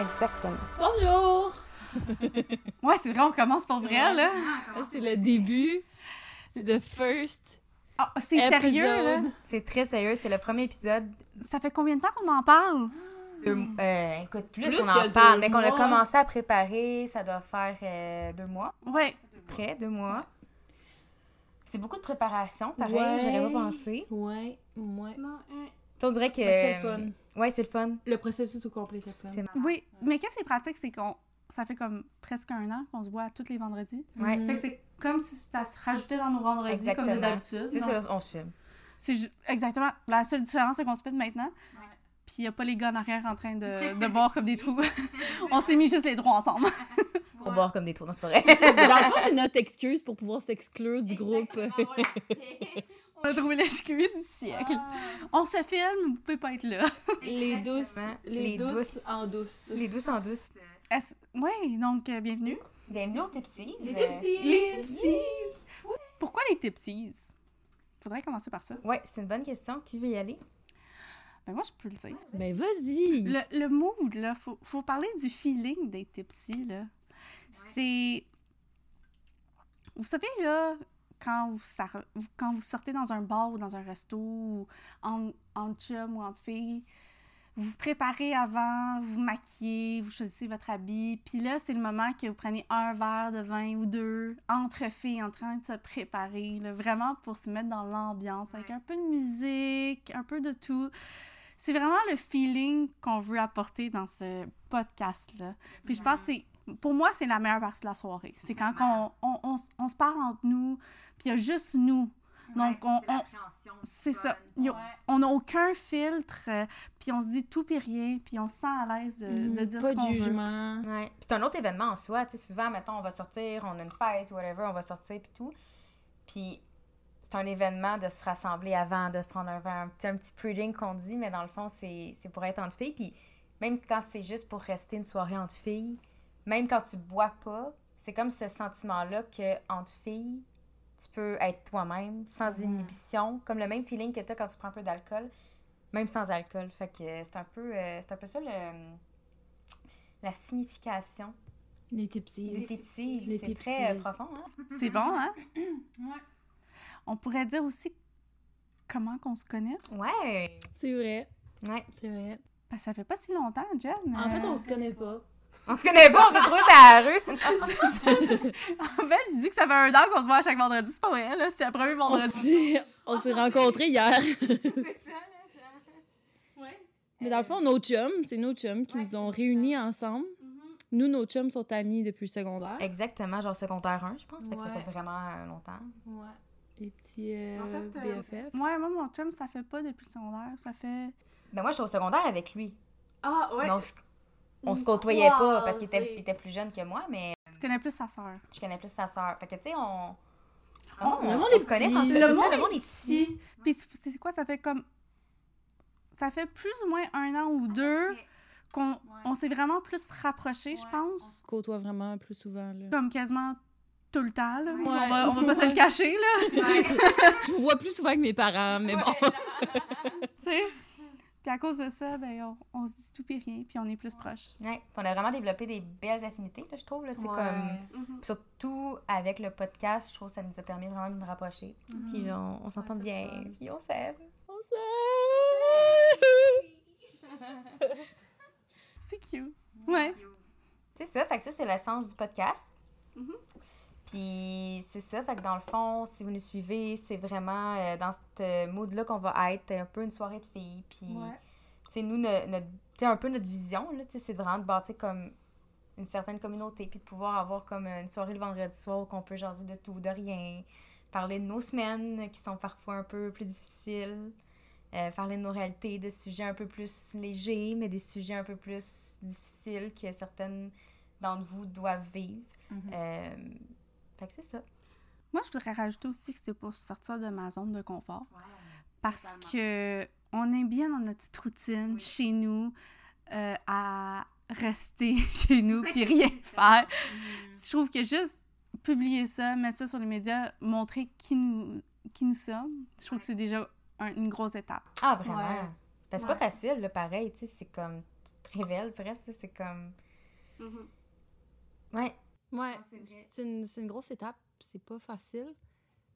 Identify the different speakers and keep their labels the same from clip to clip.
Speaker 1: Exactement.
Speaker 2: Bonjour!
Speaker 3: Ouais, c'est vrai, on commence pour vrai, là.
Speaker 2: C'est le début. C'est the first
Speaker 3: Ah, c'est
Speaker 1: Euh,
Speaker 3: sérieux, hein? là.
Speaker 2: episode.
Speaker 1: C'est très sérieux. C'est le premier épisode.
Speaker 3: Ça fait combien de temps qu'on en parle?
Speaker 1: Deux, euh, écoute, plus,
Speaker 2: Hmm. Plus
Speaker 1: qu'on
Speaker 2: que
Speaker 1: en
Speaker 2: deux
Speaker 1: parle, mais qu'on a
Speaker 2: mois.
Speaker 1: commencé à préparer, ça doit faire euh, deux mois,
Speaker 3: Ouais.
Speaker 1: près deux mois. C'est beaucoup de préparation, pareil,
Speaker 2: Ouais.
Speaker 1: j'aurais pas pensé.
Speaker 2: Ouais, ouais.
Speaker 3: Euh,
Speaker 1: Tu sais, On dirait que... euh,
Speaker 2: Ouais, c'est le fun.
Speaker 1: Ouais, c'est le fun.
Speaker 2: Le processus au complet, c'est le fun.
Speaker 1: C'est
Speaker 3: Oui, mais qu'est-ce qui est pratique, c'est qu'on... Ça fait comme presque un an qu'on se voit tous les vendredis.
Speaker 1: Ouais.
Speaker 2: Mhm.
Speaker 3: Fait que c'est comme si ça se rajoutait dans nos vendredis,
Speaker 1: Mm. Exactement.
Speaker 3: comme d'habitude.
Speaker 1: C'est
Speaker 3: Donc,
Speaker 1: sûr, là, on se filme.
Speaker 3: C'est ju- exactement la seule différence c'est qu'on se fait de maintenant. Puis il n'y a pas les gars en arrière en train de, de boire comme des trous. on s'est mis juste les trois ensemble.
Speaker 1: On boire comme des trous dans ce forêt.
Speaker 2: Dans le fond, c'est notre excuse pour pouvoir s'exclure du groupe.
Speaker 3: On a trouvé l'excuse du siècle. On se filme, vous pouvez pas être là.
Speaker 2: les douces, les,
Speaker 1: Les
Speaker 2: douces,
Speaker 1: douces.
Speaker 2: en douce.
Speaker 1: Les douces en douce.
Speaker 3: Est-ce- Oui, donc euh, bienvenue.
Speaker 1: Bienvenue aux Tipsies.
Speaker 2: Les
Speaker 1: Euh,
Speaker 2: petits!
Speaker 3: Pourquoi les tipsies? Faudrait commencer par ça.
Speaker 1: Ouais, c'est une bonne question. Qui veut y aller?
Speaker 3: Ben moi, je peux le dire.
Speaker 2: Ben vas-y!
Speaker 3: Le, le mood, là, faut, faut parler du feeling des tipsy, là. C'est... Vous savez, là, quand vous, sar- vous- quand vous sortez dans un bar ou dans un resto, ou en, en chum ou en filles, vous vous préparez avant, vous vous maquillez, vous choisissez votre habit, puis là, c'est le moment que vous prenez un verre de vin ou deux, entre filles, en train de se préparer, là, vraiment pour se mettre dans l'ambiance, avec un peu de musique, un peu de tout. C'est vraiment le feeling qu'on veut apporter dans ce podcast-là. Puis je pense que c'est- pour moi, c'est la meilleure partie de la soirée. C'est quand qu'on- on, on s- on se parle entre nous, puis il y a juste nous. Donc, on- on- C'est ça. Il y a- On n'a aucun filtre, euh, puis on se dit tout puis rien, puis on se sent à l'aise de, Euh, de dire
Speaker 2: Mm, pas
Speaker 3: ce qu'on
Speaker 2: de
Speaker 3: veut.
Speaker 2: jugement.
Speaker 1: Ouais. Puis c'est un autre événement en soi. Tu sais, souvent, mettons, on va sortir, on a une fête, whatever, on va sortir, puis tout. Puis c'est un événement de se rassembler avant, de prendre un verre, un petit, un petit pre-drink qu'on dit, mais dans le fond, c'est c'est pour être entre filles. Puis même quand c'est juste pour rester une soirée entre filles, même quand tu bois pas, c'est comme ce sentiment-là que entre filles, tu peux être toi-même, sans
Speaker 3: Mhm.
Speaker 1: inhibition, comme le même feeling que tu as quand tu prends un peu d'alcool, même sans alcool. Fait que euh, c'est un peu, euh, c'est un peu ça le- la signification
Speaker 2: Les tipsy.
Speaker 1: des tipsies.
Speaker 2: Les
Speaker 1: C'est très euh,
Speaker 2: tipsies.
Speaker 1: profond, hein?
Speaker 3: C'est bon, hein? On pourrait dire aussi comment qu'on se connaît.
Speaker 1: Ouais!
Speaker 2: C'est vrai,
Speaker 1: Ouais.
Speaker 2: c'est vrai.
Speaker 3: Parce que ça fait pas si longtemps, Jen.
Speaker 2: En fait,
Speaker 3: euh,
Speaker 2: on se connaît pas.
Speaker 1: On se connaît pas, on s'est trouvé à la rue.
Speaker 3: Euh, en fait, je dis que ça fait un an qu'on se voit à chaque vendredi. C'est pas vrai, là. C'est le premier
Speaker 2: On
Speaker 3: vendredi.
Speaker 2: s'est on s'est rencontrés hier. Mais dans le fond, nos chums, c'est Mhm. nos chums qui nous ont réunis ensemble. Nous, nos chums sont amis depuis le secondaire.
Speaker 1: Exactement, genre secondaire 1, je pense. Fait que ça
Speaker 2: Ouais.
Speaker 1: fait vraiment euh, longtemps.
Speaker 2: Ouais. Les petits euh,
Speaker 3: En fait, euh,
Speaker 2: BFF.
Speaker 3: Moi, moi, mon chum, ça fait pas depuis le secondaire. Ça fait.
Speaker 1: Ben moi, j'étais au secondaire avec lui.
Speaker 3: Ah,
Speaker 1: Mais on se- on se
Speaker 3: Vous
Speaker 1: côtoyait pas parce qu'il était,
Speaker 3: croisez.
Speaker 1: il était plus jeune que moi, mais
Speaker 3: Tu connais plus sa sœur.
Speaker 1: je connais plus sa sœur. Fait que, tu sais, on...
Speaker 3: Oh,
Speaker 2: Ah, le monde
Speaker 1: se
Speaker 2: est
Speaker 1: connaît
Speaker 2: petit.
Speaker 1: sans-
Speaker 2: Le
Speaker 1: c'est ça,
Speaker 3: monde
Speaker 1: le monde est petit.
Speaker 3: Si. Puis c'est c'est quoi, ça fait comme. Ça fait plus ou moins un an ou deux qu'on on s'est vraiment plus rapprochés, je pense.
Speaker 2: se côtoie vraiment plus souvent. Là.
Speaker 3: Comme quasiment tout le temps, là.
Speaker 2: Ouais.
Speaker 3: On, va, on va pas se le
Speaker 2: Ouais. Ah,
Speaker 3: cacher, là.
Speaker 2: Je vous vois plus souvent que mes parents, mais bon.
Speaker 3: tu sais. Puis à cause de ça, ben, on, on se dit tout et rien, puis on est plus proches.
Speaker 1: Ouais. Puis On a vraiment développé des belles affinités, là, je trouve. Là, tu sais, comme...
Speaker 2: Mm-hmm.
Speaker 1: Surtout avec le podcast, je trouve que ça nous a permis vraiment de nous rapprocher. Puis on, on s'entend
Speaker 2: Mm-hmm.
Speaker 1: bien,
Speaker 2: Ouais, c'est le fun.
Speaker 1: puis on s'aime.
Speaker 2: On s'aime.
Speaker 3: C'est cute. Ouais.
Speaker 1: C'est ça, fait que ça, c'est le sens du podcast.
Speaker 2: Mm-hmm.
Speaker 3: Mhm.
Speaker 1: Puis c'est ça, fait que dans le fond, si vous nous suivez, c'est vraiment euh, dans ce mood-là qu'on va être, un peu une soirée de filles. Puis, tu sais, nous, no- notre, tu sais, un peu notre vision, là, tu sais, c'est vraiment de bâtir comme une certaine communauté, puis de pouvoir avoir comme une soirée le vendredi soir où on peut jaser de tout, de rien, parler de nos semaines qui sont parfois un peu plus difficiles, euh, parler de nos réalités, de sujets un peu plus légers, mais des sujets un peu plus difficiles que certaines d'entre vous doivent vivre.
Speaker 2: Mhm.
Speaker 1: Euh, fait que c'est ça.
Speaker 3: Moi, je voudrais rajouter aussi que c'est pour sortir de ma zone de confort. parce que on aime bien dans notre petite routine chez nous euh, à rester chez nous puis rien faire. Je trouve que juste publier ça, mettre ça sur les médias, montrer qui nous qui nous sommes, je trouve que c'est déjà un- une grosse étape.
Speaker 1: Ah, vraiment?
Speaker 2: Ouais.
Speaker 1: Parce que c'est pas facile, là, pareil, tu sais, c'est comme, tu te révèles presque, c'est comme, Mm -hmm. Ouais.
Speaker 2: Ouais, c'est une, une, grosse étape. C'est pas facile,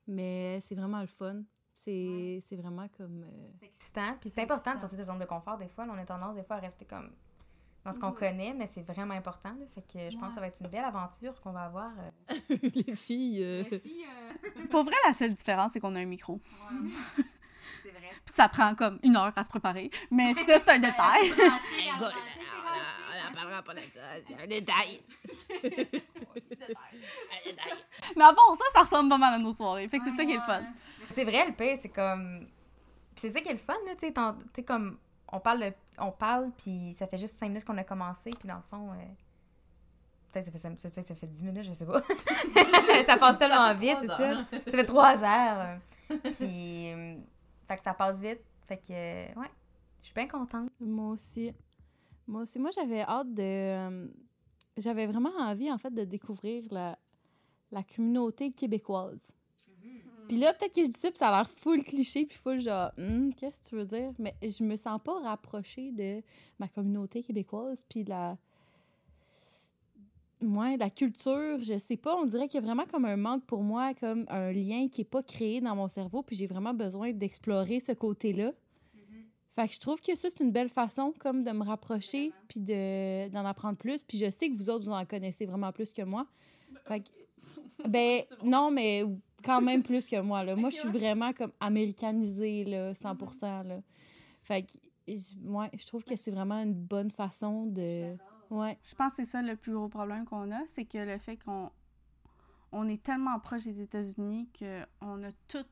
Speaker 2: mais c'est vraiment le fun. C'est ouais. vraiment comme. Euh...
Speaker 1: C'est excitant. Puis c'est important excitant. de sortir des zones de confort. Des fois, là, on a tendance des fois à rester comme dans ce qu'on mmh. connaît, mais c'est vraiment important. Là. Fait que je ouais. pense que ça va être une belle aventure qu'on va avoir.
Speaker 2: Euh... les filles. Euh... Les filles
Speaker 3: euh... Pour vrai, la seule différence, c'est qu'on a un micro. Ouais. c'est vrai. Puis ça prend comme une heure à se préparer. Mais ça, c'est un détail.
Speaker 2: ah, On n'en parlera pas de ça. C'est un détail.
Speaker 3: un détail. Mais avant ça, ça ressemble pas mal à nos soirées. Fait que c'est ouais, ça qui est le fun.
Speaker 1: C'est vrai, le paix, c'est comme. c'est ça qui est le fun, là. Tu sais, comme. On parle de on parle, puis ça fait juste 5 minutes qu'on a commencé, puis dans le fond, euh... peut-être ça, fait, peut ça fait 10 minutes, je sais pas. ça passe tellement ça vite, c'est ça. Ça fait 3 heures. puis, euh, fait que ça passe vite. Fait que, euh, ouais, je suis bien contente.
Speaker 2: Moi aussi. Moi aussi. Moi, j'avais hâte de. euh, j'avais vraiment envie, en fait, de découvrir la, la communauté québécoise. Puis là, peut-être que je dis ça, puis ça a l'air full cliché, puis full genre, hm, qu'est-ce que tu veux dire? Mais je me sens pas rapprochée de ma communauté québécoise, puis de la. Ouais, de la culture, je sais pas, on dirait qu'il y a vraiment comme un manque pour moi, comme un lien qui est pas créé dans mon cerveau, puis j'ai vraiment besoin d'explorer ce côté-là. Mm -hmm. Fait que je trouve que ça, c'est une belle façon comme de me rapprocher, puis de, d'en apprendre plus. Puis je sais que vous autres, vous en connaissez vraiment plus que moi. Fait que, ben, bon. non, mais quand même plus que moi. Là. Okay, moi, je suis ouais. vraiment comme américanisée, là, 100 mm -hmm. là. Fait que, je, ouais, je trouve que c'est vraiment une bonne façon de... Ouais.
Speaker 3: Je pense que c'est ça le plus gros problème qu'on a, c'est que le fait qu'on on est tellement proche des États-Unis qu'on a toute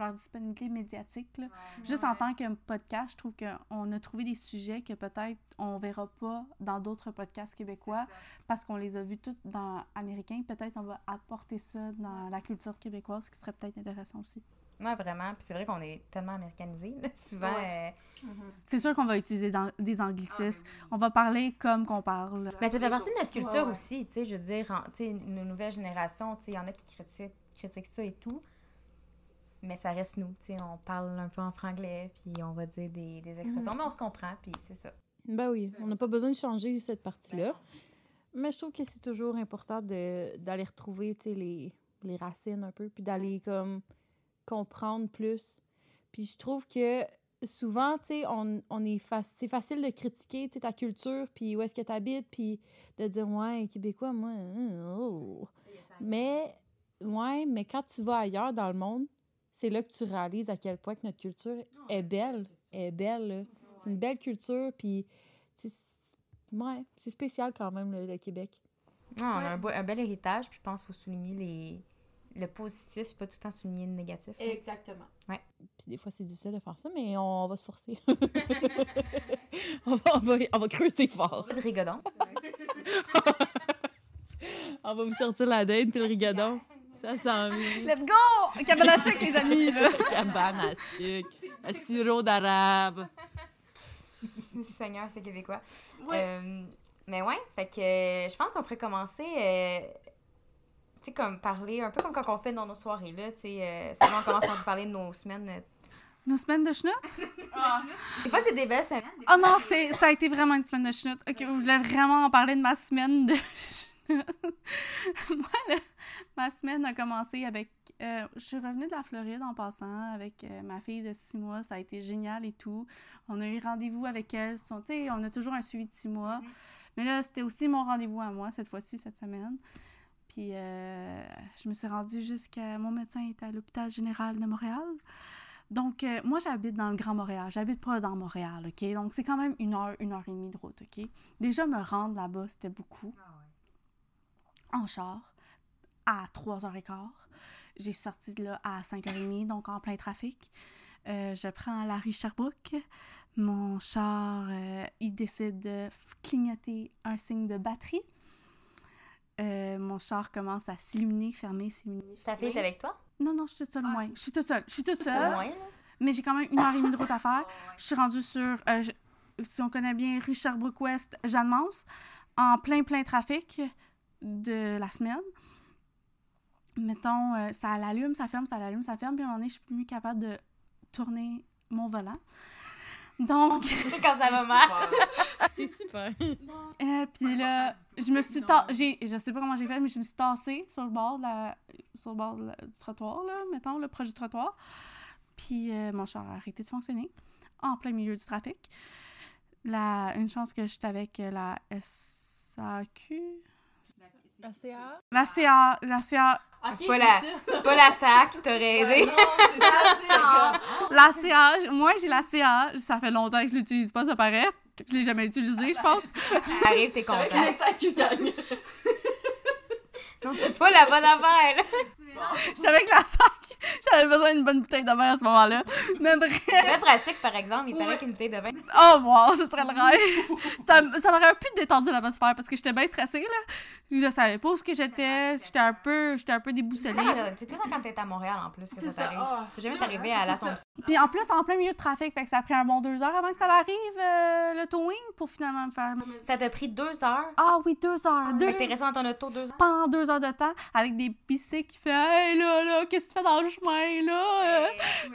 Speaker 3: leur disponibilité médiatique. Là. Ouais. Juste en tant que podcast, je trouve qu'on a trouvé des sujets que peut-être on verra pas dans d'autres podcasts québécois parce qu'on les a vus tous dans américains. Peut-être on va apporter ça dans la culture québécoise, ce qui serait peut-être intéressant aussi.
Speaker 1: Oui, vraiment. Puis c'est vrai qu'on est tellement américanisé, souvent. Ouais.
Speaker 3: Euh... Mm -hmm. C'est sûr qu'on va utiliser dans des anglicismes. Ah, oui. On va parler comme qu'on parle.
Speaker 1: Mais ça fait partie de notre culture ouais, aussi, tu sais. Je veux dire, en, une nouvelle génération, tu sais, il y en a qui critiquent, critiquent ça et tout mais ça reste nous. T'sais, on parle un peu en franglais, puis on va dire des, des expressions, mmh. mais on se comprend, puis c'est ça.
Speaker 2: Ben oui, on n'a pas besoin de changer cette partie-là. Ben mais je trouve que c'est toujours important d'aller retrouver les, les racines un peu, puis d'aller comme comprendre plus. Puis je trouve que souvent, tu sais, on, on, est faci c'est facile de critiquer ta culture, puis où est-ce que tu habites, puis de dire, ouais, Québécois, moi, oh. Mais, ouais, mais quand tu vas ailleurs dans le monde, c'est là que tu réalises à quel point que notre culture est belle. Est belle. Ouais. C'est une belle culture, puis ouais, c'est spécial quand même, le, le Québec.
Speaker 1: Non, on ouais. a un, beau, un, bel héritage, puis je pense qu'il faut souligner les, le positif, pas tout le temps souligner le négatif.
Speaker 4: Là. Exactement.
Speaker 1: Ouais.
Speaker 2: Puis des fois, c'est difficile de faire ça, mais on va se forcer. on, va, on, va, on, va, creuser fort.
Speaker 1: Le rigodon.
Speaker 2: on va vous sortir la dinde, puis le rigodon. Ça sent
Speaker 3: Let's go! Cabane à sucre, les amis, là!
Speaker 2: Cabane à sucre. Un sirop d'arabe.
Speaker 1: Seigneur, c'est québécois. Ouais. Euh, mais ouais, fait que euh, je pense qu'on pourrait commencer, euh, tu sais, comme parler, un peu comme quand on fait dans nos soirées, là, tu sais, euh, souvent on commence à parler de nos semaines...
Speaker 3: nos semaines de schnout?
Speaker 1: Des fois, c'est des belles semaines.
Speaker 3: Oh non, ça a été vraiment une semaine de schnout. OK, vous voulez vraiment en parler de ma semaine de Moi, le, ma semaine a commencé avec. Euh, je suis revenue de la Floride en passant avec euh, ma fille de six mois. Ça a été génial et tout. On a eu rendez-vous avec elle. Son, on a toujours un suivi de six mois. Mm -hmm. Mais là, c'était aussi mon rendez-vous à moi cette fois-ci, cette semaine. Puis euh, je me suis rendue jusqu'à. Mon médecin était à l'hôpital général de Montréal. Donc, euh, moi, j'habite dans le Grand Montréal. J'habite pas dans Montréal, OK? Donc, c'est quand même une heure, une heure et demie de route, OK? Déjà, me rendre là-bas, c'était beaucoup. Ah ouais en char à 3h15. J'ai sorti de là à 5h30, donc en plein trafic. Euh, je prends la rue Sherbrooke. Mon char, euh, il décide de clignoter un signe de batterie. Euh, mon char commence à s'illuminer, fermer, s'illuminer.
Speaker 1: Ta fille est avec toi?
Speaker 3: Non, non, je suis toute seule, ah. moi. Je suis toute seule. Je suis toute seule. Loin, mais j'ai quand même une heure et demie de route à faire. Je suis rendue sur, euh, je, si on connaît bien, rue Sherbrooke-Ouest, Jeanne Mance, en plein, plein trafic de la semaine. Mettons, euh, ça l'allume, ça ferme, ça l'allume, ça ferme, puis à un moment donné, je suis plus capable de tourner mon volant. Donc,
Speaker 1: quand ça va mal.
Speaker 2: C'est super.
Speaker 3: euh, puis là, je me suis ta- j'ai je sais pas comment j'ai fait, mais je me suis tassée sur le bord, de la- sur le bord de la- du trottoir, là, mettons, le proche du trottoir. Puis euh, mon char a arrêté de fonctionner en plein milieu du trafic. La... Une chance que j'étais avec euh, la SAQ.
Speaker 2: La CA.
Speaker 3: La CA. La CA.
Speaker 1: Ok, c'est la- C'est pas la SAC qui t'aurait aidé.
Speaker 4: c'est ça, c'est
Speaker 1: Genre.
Speaker 3: La CA. j- Moi, j'ai la CA. Ça fait longtemps que je l'utilise pas, ça paraît. Je l'ai jamais utilisée, je pense.
Speaker 1: Arrive, t'es
Speaker 4: Avec
Speaker 1: content.
Speaker 4: la SAQ gagne.
Speaker 1: Non, c'est pas la bonne affaire.
Speaker 3: J'étais avec la sac. J'avais besoin d'une bonne bouteille de vin à ce moment-là. Mais bref.
Speaker 1: Très pratique, par exemple, il t'arrête avec une bouteille de vin.
Speaker 3: Oh, wow, ce serait le rêve. Ça, m- ça aurait pu détendu l'atmosphère parce que j'étais bien stressée, là. Je savais pas où ce que j'étais. J'étais un peu, j'étais un peu déboussolée.
Speaker 1: Ah, C'est tout ça quand t'es à Montréal en plus que
Speaker 4: C'est
Speaker 1: ça
Speaker 4: ça.
Speaker 1: t'arrive.
Speaker 4: Ah,
Speaker 1: Faut jamais
Speaker 4: c'est
Speaker 1: t'arriver
Speaker 4: vrai,
Speaker 1: à
Speaker 4: c'est
Speaker 1: l'Assomption.
Speaker 4: ça.
Speaker 3: Puis en plus, en plein milieu de trafic, fait que ça a pris un bon deux heures avant que ça arrive, euh, le towing, pour finalement me faire.
Speaker 1: Ça t'a pris deux heures.
Speaker 3: Ah oui, deux heures.
Speaker 1: Fait
Speaker 3: Deux
Speaker 1: que T'es resté dans ton auto deux heures.
Speaker 3: pendant deux heures de temps avec des pissés qui fait Hey là là, qu'est-ce que tu fais dans le chemin là? Euh,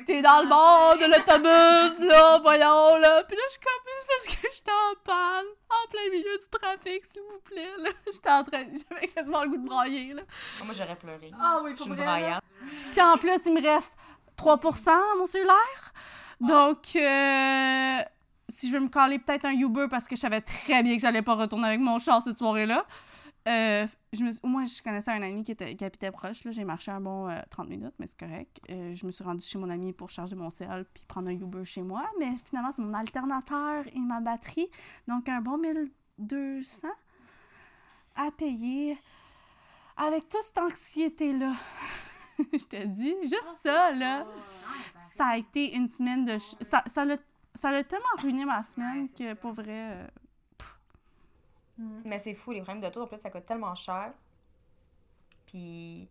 Speaker 3: T'es dans le bord de l'autobus là, voyons là. Puis là, je suis comme C'est parce que j'étais en panne, en plein milieu du trafic, s'il vous plaît. là. J'étais en train, j'avais quasiment le goût de brailler là.
Speaker 1: Oh, Moi, j'aurais pleuré.
Speaker 4: Ah oui,
Speaker 1: Je
Speaker 4: pour
Speaker 1: suis une
Speaker 4: vrai. là.
Speaker 1: braillante.
Speaker 3: Puis en plus, il me reste 3% dans mon cellulaire. Donc, euh, si je veux me caler peut-être un Uber parce que je savais très bien que j'allais pas retourner avec mon char cette soirée-là. euh, je me suis- au moins, je connaissais un ami qui, était, qui habitait proche. là. J'ai marché un bon euh, 30 minutes, mais c'est correct. Euh, je me suis rendue chez mon ami pour charger mon cell puis prendre un Uber chez moi. Mais finalement, c'est mon alternateur et ma batterie. Donc, un bon 1200 à payer avec toute cette anxiété-là. je te dis, juste
Speaker 4: Ah,
Speaker 3: ça, là. Ça a été une semaine de... ch- Ça ça l'a ça l'a tellement ruiné ma semaine que, pour vrai... euh,
Speaker 1: Mais c'est fou, les problèmes d'auto, en plus, ça coûte tellement cher. Puis.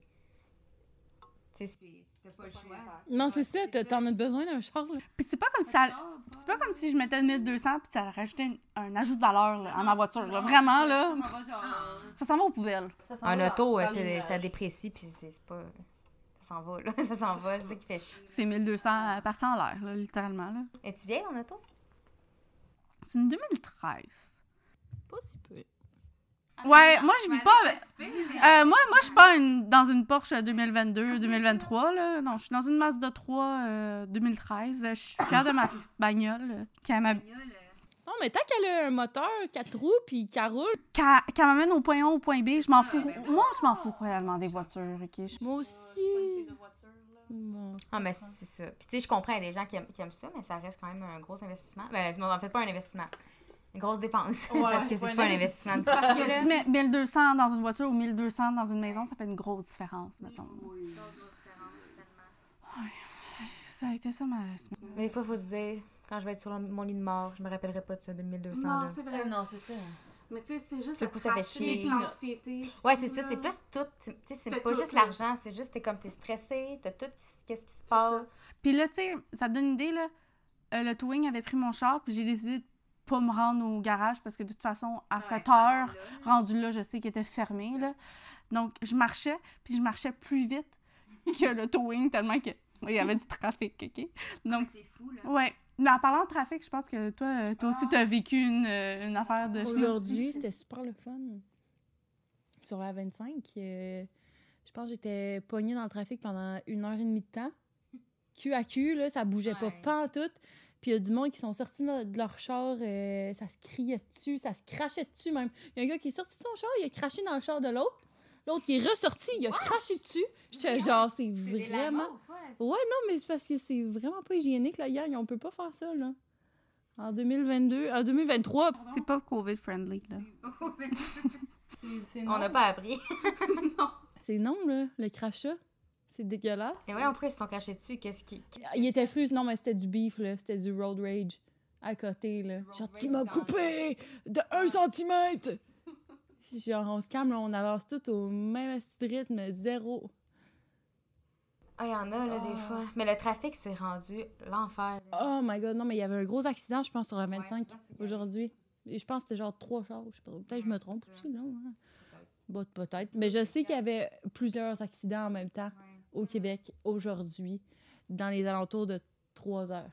Speaker 1: Tu sais, c'est- c'est pas le choix.
Speaker 2: Non, c'est ça, t'as- t'en as besoin d'un char. là.
Speaker 3: Puis c'est pas comme si ça... C'est pas comme si je mettais 1200 puis ça rajoutait une- un ajout de valeur là, à ma voiture. Là. Vraiment, là, ça s'en va aux poubelles.
Speaker 4: Ça s'en
Speaker 1: En
Speaker 4: va
Speaker 1: auto,
Speaker 4: dans-
Speaker 1: euh,
Speaker 4: dans
Speaker 1: c'est-
Speaker 4: l'image.
Speaker 1: ça déprécie, puis c'est c'est pas. Ça s'en va, là. Ça s'en va, c'est ça qui fait chier.
Speaker 3: C'est 1200 parties euh, en l'air, là, littéralement. Là.
Speaker 1: Es-tu vieille en auto?
Speaker 3: C'est une 2013.
Speaker 2: Pas si peu.
Speaker 3: Ouais, moi, je vis pas... avec- Euh, moi, moi je suis pas une- dans une Porsche 2022, 2023. Là. Non, je suis dans une Mazda 3 euh, 2013. Je suis fière de ma petite bagnole euh, qui m'a-
Speaker 2: Non, mais tant qu'elle a un moteur, quatre roues, puis qu'elle roule,
Speaker 3: qu'elle qu'elle m'amène au point A, au point B. Je
Speaker 4: Ah,
Speaker 3: m'en
Speaker 4: ben
Speaker 3: fous. Moi, je m'en fous réellement des voitures. ok? Je-
Speaker 2: moi aussi. Bon,
Speaker 1: Ah, mais c'est ça. Puis, tu sais, je comprends, il y a des gens qui aiment, qui aiment ça, mais ça reste quand même un gros investissement. Ben, non, en fait, pas un investissement. Une grosse dépense.
Speaker 4: Ouais,
Speaker 1: parce que
Speaker 4: c'est
Speaker 1: c'est
Speaker 4: pas
Speaker 1: pas
Speaker 4: un
Speaker 1: un investissement. du
Speaker 3: Parce
Speaker 1: tout.
Speaker 3: que tu mets 1200 dans une voiture ou 1200 dans une maison, ça fait une grosse différence, mettons. Ouais. Ça a été ça ma semaine.
Speaker 1: Mais des fois, il faut se dire, quand je vais être sur le- mon lit de mort, je me rappellerai pas de ça, de 1200.
Speaker 4: Non,
Speaker 1: là.
Speaker 4: c'est
Speaker 2: Euh,
Speaker 4: vrai.
Speaker 2: non, c'est ça.
Speaker 4: Mais tu sais, c'est juste
Speaker 1: Sur le coup, ça fait
Speaker 4: trafic,
Speaker 1: chier.
Speaker 4: l'anxiété.
Speaker 1: Ouais, c'est ça, c'est plus tout. Tu sais, c'est
Speaker 4: Fait
Speaker 1: pas
Speaker 4: tout,
Speaker 1: juste
Speaker 4: là.
Speaker 1: l'argent, c'est juste, t'es comme, t'es stressé, t'as tout, qu'est-ce qui se
Speaker 4: C'est ça.
Speaker 1: passe.
Speaker 3: Puis là, tu sais, ça te donne une idée, là. Euh, le towing avait pris mon char, puis j'ai décidé de pas me rendre au garage parce que de toute façon, à cette heure, rendu là, je sais qu'il était fermé, là. Donc, je marchais, puis je marchais plus vite que le towing, tellement que il y avait du trafic, OK? Donc, Ah, c'est fou, là. Ouais. Mais en parlant de trafic, je pense que toi, euh, toi aussi, t'as vécu une, euh, une affaire de...
Speaker 2: Aujourd'hui, c'était super le fun. Sur la 25, euh, je pense que j'étais pognée dans le trafic pendant une heure et demie de temps. Q à Q, là, ça bougeait pas
Speaker 1: Ouais.
Speaker 2: pas en tout. Puis il y a du monde qui sont sortis de de leur char, euh, ça se criait dessus, ça se crachait dessus même. Il y a un gars qui est sorti de son char, il a craché dans le char de l'autre. L'autre qui est ressorti, il a craché dessus. J'étais genre, c'est vraiment. Ouais, non, mais c'est parce que c'est vraiment pas hygiénique, la gang. On peut pas faire ça, là. En 2022, en 2023,
Speaker 3: C'est pas COVID-friendly, là.
Speaker 1: On n'a pas appris.
Speaker 2: C'est non, là, le crachat. C'est dégueulasse.
Speaker 1: Et ouais, en plus, ils se sont crachés dessus, qu'est-ce qui.
Speaker 2: Il était fru, non, mais c'était du beef, là. C'était du road rage à côté, là. Genre, tu m'as coupé de 1 cm! Genre, on se calme, là, on avance tout au même petit rythme, zéro.
Speaker 1: Ah, il y en a, là, des
Speaker 2: Ah.
Speaker 1: fois. Mais le trafic, c'est rendu l'enfer. là.
Speaker 2: Oh my god, non, mais il y avait un gros accident, je pense, sur la 25 aujourd'hui. Et je pense que c'était genre trois chars, je sais pas. Peut-être que je me trompe aussi, non? hein? Bah, peut-être. Mais je sais qu'il y avait plusieurs accidents en même temps au Québec aujourd'hui, dans les alentours de trois heures.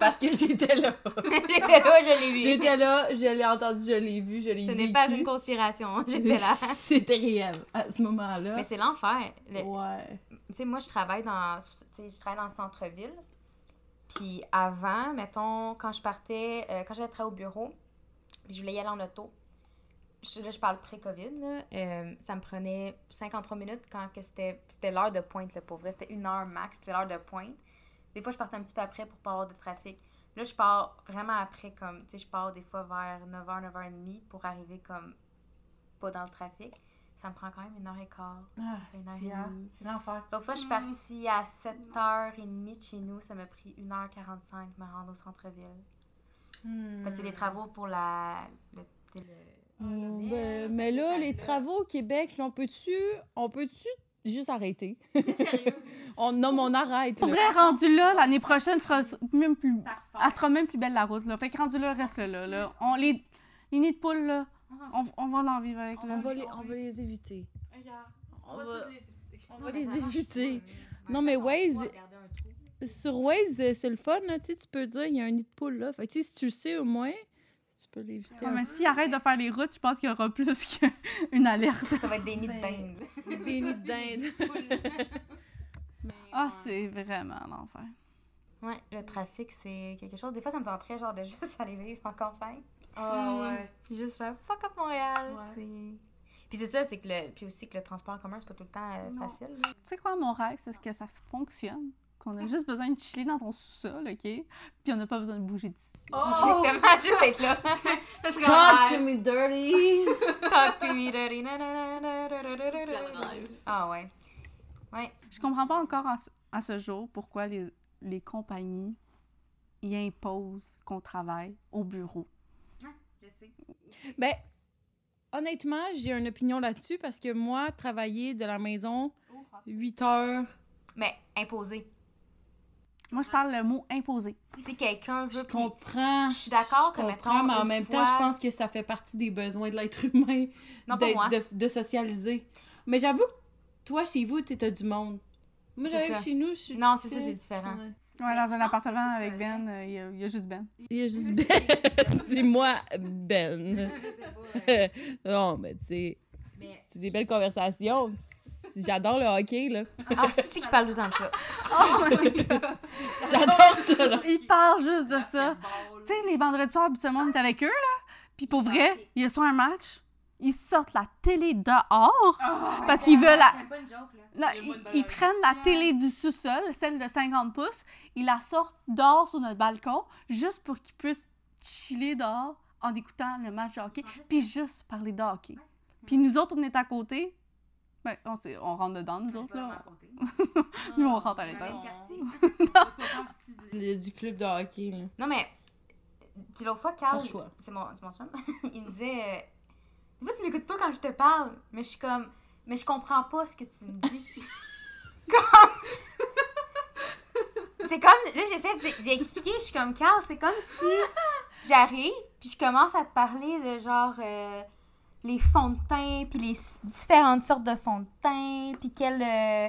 Speaker 2: Parce que j'étais là.
Speaker 1: J'étais là, je l'ai vu.
Speaker 2: j'étais là, je l'ai entendu, je l'ai vu, je l'ai
Speaker 1: Ce
Speaker 2: vécu.
Speaker 1: n'est pas une conspiration, j'étais là.
Speaker 2: C'était réel à ce moment-là.
Speaker 1: Mais c'est l'enfer. Le-
Speaker 2: Ouais.
Speaker 1: tu sais, moi, je travaille dans, tu sais, je travaille dans le centre-ville. Puis avant, mettons, quand je partais, euh, quand j'allais travailler au bureau, puis je voulais y aller en auto, je, là, je parle pré-COVID, là, euh, ça me prenait 53 minutes quand que c'était, c'était l'heure de pointe, là, pour vrai. C'était une heure max, c'était l'heure de pointe. Des fois, je partais un petit peu après pour pas avoir de trafic. Là, je pars vraiment après, comme, tu sais, je pars des fois vers 9h, 9h30 pour arriver, comme, pas dans le trafic. Ça me prend quand même une heure et quart.
Speaker 4: Ah,
Speaker 1: Une heure
Speaker 4: c'est
Speaker 1: et
Speaker 4: hein,
Speaker 1: demie.
Speaker 4: c'est l'enfer.
Speaker 1: L'autre fois, je suis partie à 7h30 de chez nous. Ça m'a pris 1h45 de me rendre au centre-ville. Parce que c'est des travaux pour la. Le, Oh, le- Euh,
Speaker 2: Mm, ben, mais là, les travaux au Québec, là, on peut-tu on peut-tu juste arrêter? on, non, mais on arrête.
Speaker 3: Pour
Speaker 2: là.
Speaker 3: vrai, rendu là, l'année prochaine, sera même plus... elle
Speaker 4: Parfait.
Speaker 3: sera même plus belle la route. Là. Fait que rendu là, reste là. là. On, les... les nids de poules, là, on, on va en vivre avec. Là.
Speaker 2: On va les, on va les éviter.
Speaker 4: Regarde,
Speaker 2: On va-
Speaker 4: toutes les éviter.
Speaker 2: on
Speaker 1: Non,
Speaker 2: va
Speaker 1: mais vraiment, je suis pas-
Speaker 2: les éviter. Non, mais
Speaker 1: Ouais,
Speaker 2: Waze-
Speaker 1: on va regarder un trou.
Speaker 2: Sur Waze, euh, c'est le fun, là, tu sais, tu peux dire, il y a un nid de poule là. Fait que, tu sais, si tu le sais au moins, tu peux l'éviter.
Speaker 3: Ouais, mais s'ils arrêtent de faire les routes, je pense qu'il y aura plus qu'une alerte.
Speaker 1: Ça va être des nids de
Speaker 2: Ben,
Speaker 1: dinde.
Speaker 2: Des nids de dinde.
Speaker 3: Ah, c'est vraiment l'enfer.
Speaker 1: Ouais, le trafic, c'est quelque chose. Des fois, ça me tenterait genre de juste aller vivre en campagne.
Speaker 4: Ah
Speaker 3: Hmm.
Speaker 4: ouais.
Speaker 1: Puis juste faire fuck up Montréal.
Speaker 4: Ouais.
Speaker 1: C'est- Puis c'est ça, c'est que le. Puis aussi que le transport en commun, c'est pas tout le temps euh,
Speaker 3: Non.
Speaker 1: facile. là.
Speaker 3: Tu sais quoi, mon rêve, c'est que ça fonctionne. Qu'on a
Speaker 4: Hein?
Speaker 3: juste besoin de chiller dans ton sous-sol, OK? Puis on n'a pas besoin de bouger d'ici.
Speaker 4: Oh!
Speaker 1: Exactement, juste être là.
Speaker 4: Ça serait
Speaker 2: Talk
Speaker 4: un
Speaker 2: to
Speaker 4: rêve.
Speaker 2: me dirty.
Speaker 1: Talk to me, daddy, na, na, na, na, na, na,
Speaker 4: Ça
Speaker 1: na,
Speaker 4: serait
Speaker 1: na,
Speaker 4: un
Speaker 1: na.
Speaker 4: rêve.
Speaker 1: Ah ouais. Ouais.
Speaker 3: Je comprends pas encore en ce- à ce jour pourquoi les, les compagnies y imposent qu'on travaille au bureau.
Speaker 1: Je sais.
Speaker 2: ben, honnêtement, j'ai une opinion là-dessus parce que moi, travailler de la maison
Speaker 1: Oh,
Speaker 2: 8 heures,
Speaker 1: Mais imposer.
Speaker 3: Moi, je parle le mot imposé.
Speaker 1: Si quelqu'un
Speaker 2: je
Speaker 1: veut. puis-
Speaker 2: comprends.
Speaker 1: je suis d'accord que,
Speaker 2: Je
Speaker 1: mettons,
Speaker 2: comprends, mais en
Speaker 1: une
Speaker 2: même
Speaker 1: fois-
Speaker 2: temps, je pense que ça fait partie des besoins de l'être humain
Speaker 1: Non, pas moi.
Speaker 2: d'être- de, de socialiser. Mais j'avoue que toi, chez vous, tu as du monde. Moi,
Speaker 1: C'est
Speaker 2: j'arrive
Speaker 1: ça.
Speaker 2: chez nous, je suis.
Speaker 1: Non, c'est ça, c'est différent.
Speaker 2: Ouais.
Speaker 3: Ouais, dans un
Speaker 4: pense
Speaker 3: appartement
Speaker 4: que c'est
Speaker 3: avec Ben, euh, il y a- il y, a juste Ben.
Speaker 2: Il y a juste Ben. Dis-moi, Ben. non, mais tu sais,
Speaker 1: Mais-
Speaker 2: c'est des belles conversations. J'adore le hockey, là.
Speaker 1: Ah, c'est qui parle tout le temps de ça?
Speaker 3: Oh my God!
Speaker 2: J'adore ça, là.
Speaker 3: Il parle juste de ça. Tu
Speaker 4: Basketball.
Speaker 3: sais, les vendredis soirs, habituellement, on est avec eux, là. Puis pour vrai, il y a soit un match, ils sortent la télé dehors parce qu'ils veulent... la-
Speaker 4: Oh C'est pas une joke, là.
Speaker 3: Non,
Speaker 4: C'est
Speaker 3: ils,
Speaker 4: une bonne
Speaker 3: ils
Speaker 4: valeur.
Speaker 3: prennent la télé du sous-sol, celle de 50 pouces, ils la sortent dehors sur notre balcon, juste pour qu'ils puissent chiller dehors en écoutant le match de hockey, puis juste parler de hockey. Puis nous autres, on est à côté. Ben, on, s'est- on rentre dedans, nous autres, là. Nous, on rentre à l'intérieur.
Speaker 2: Il y a du club de hockey, là.
Speaker 1: Non, mais. Puis l'autre fois, Carl,
Speaker 2: Par choix.
Speaker 1: c'est mon, c'est mon chum, il me disait. euh, Des fois, tu m'écoutes pas quand je te parle, mais je suis comme. Mais je comprends pas ce que tu me dis. comme. c'est comme. Là, j'essaie d'y- d'y expliquer, je suis comme Carl, c'est comme si j'arrive, puis je commence à te parler de genre. euh, les fonds de teint, puis les s- différentes sortes de fonds de teint, puis quel euh,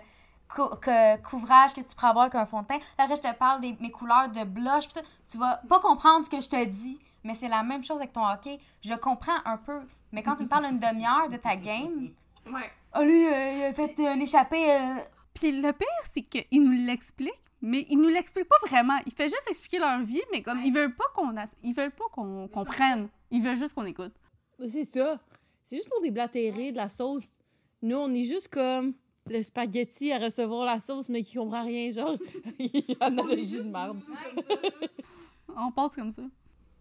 Speaker 1: cou- que- couvrage que tu pourrais avoir qu'un fond de teint. Là, je te parle des mes couleurs de blush, puis tout. tu vas pas comprendre ce que je te dis, mais c'est la même chose avec ton hockey. Je comprends un peu, mais quand tu me parles une demi-heure de ta game,
Speaker 4: Ouais.
Speaker 1: ah lui, euh, il a fait euh, l'échappée. euh.
Speaker 3: Puis le pire, c'est qu'ils nous l'expliquent, mais ils nous l'expliquent pas vraiment. Ils font juste expliquer leur vie, mais comme ils veulent pas qu'on as- ils veulent pas qu'on comprenne. Ils veulent juste qu'on écoute.
Speaker 2: Ben, C'est ça. C'est juste pour déblatérer de la sauce. Nous, on est juste comme le spaghetti à recevoir la sauce, mais qui comprend rien, genre. Analogie de merde.
Speaker 3: On pense comme ça.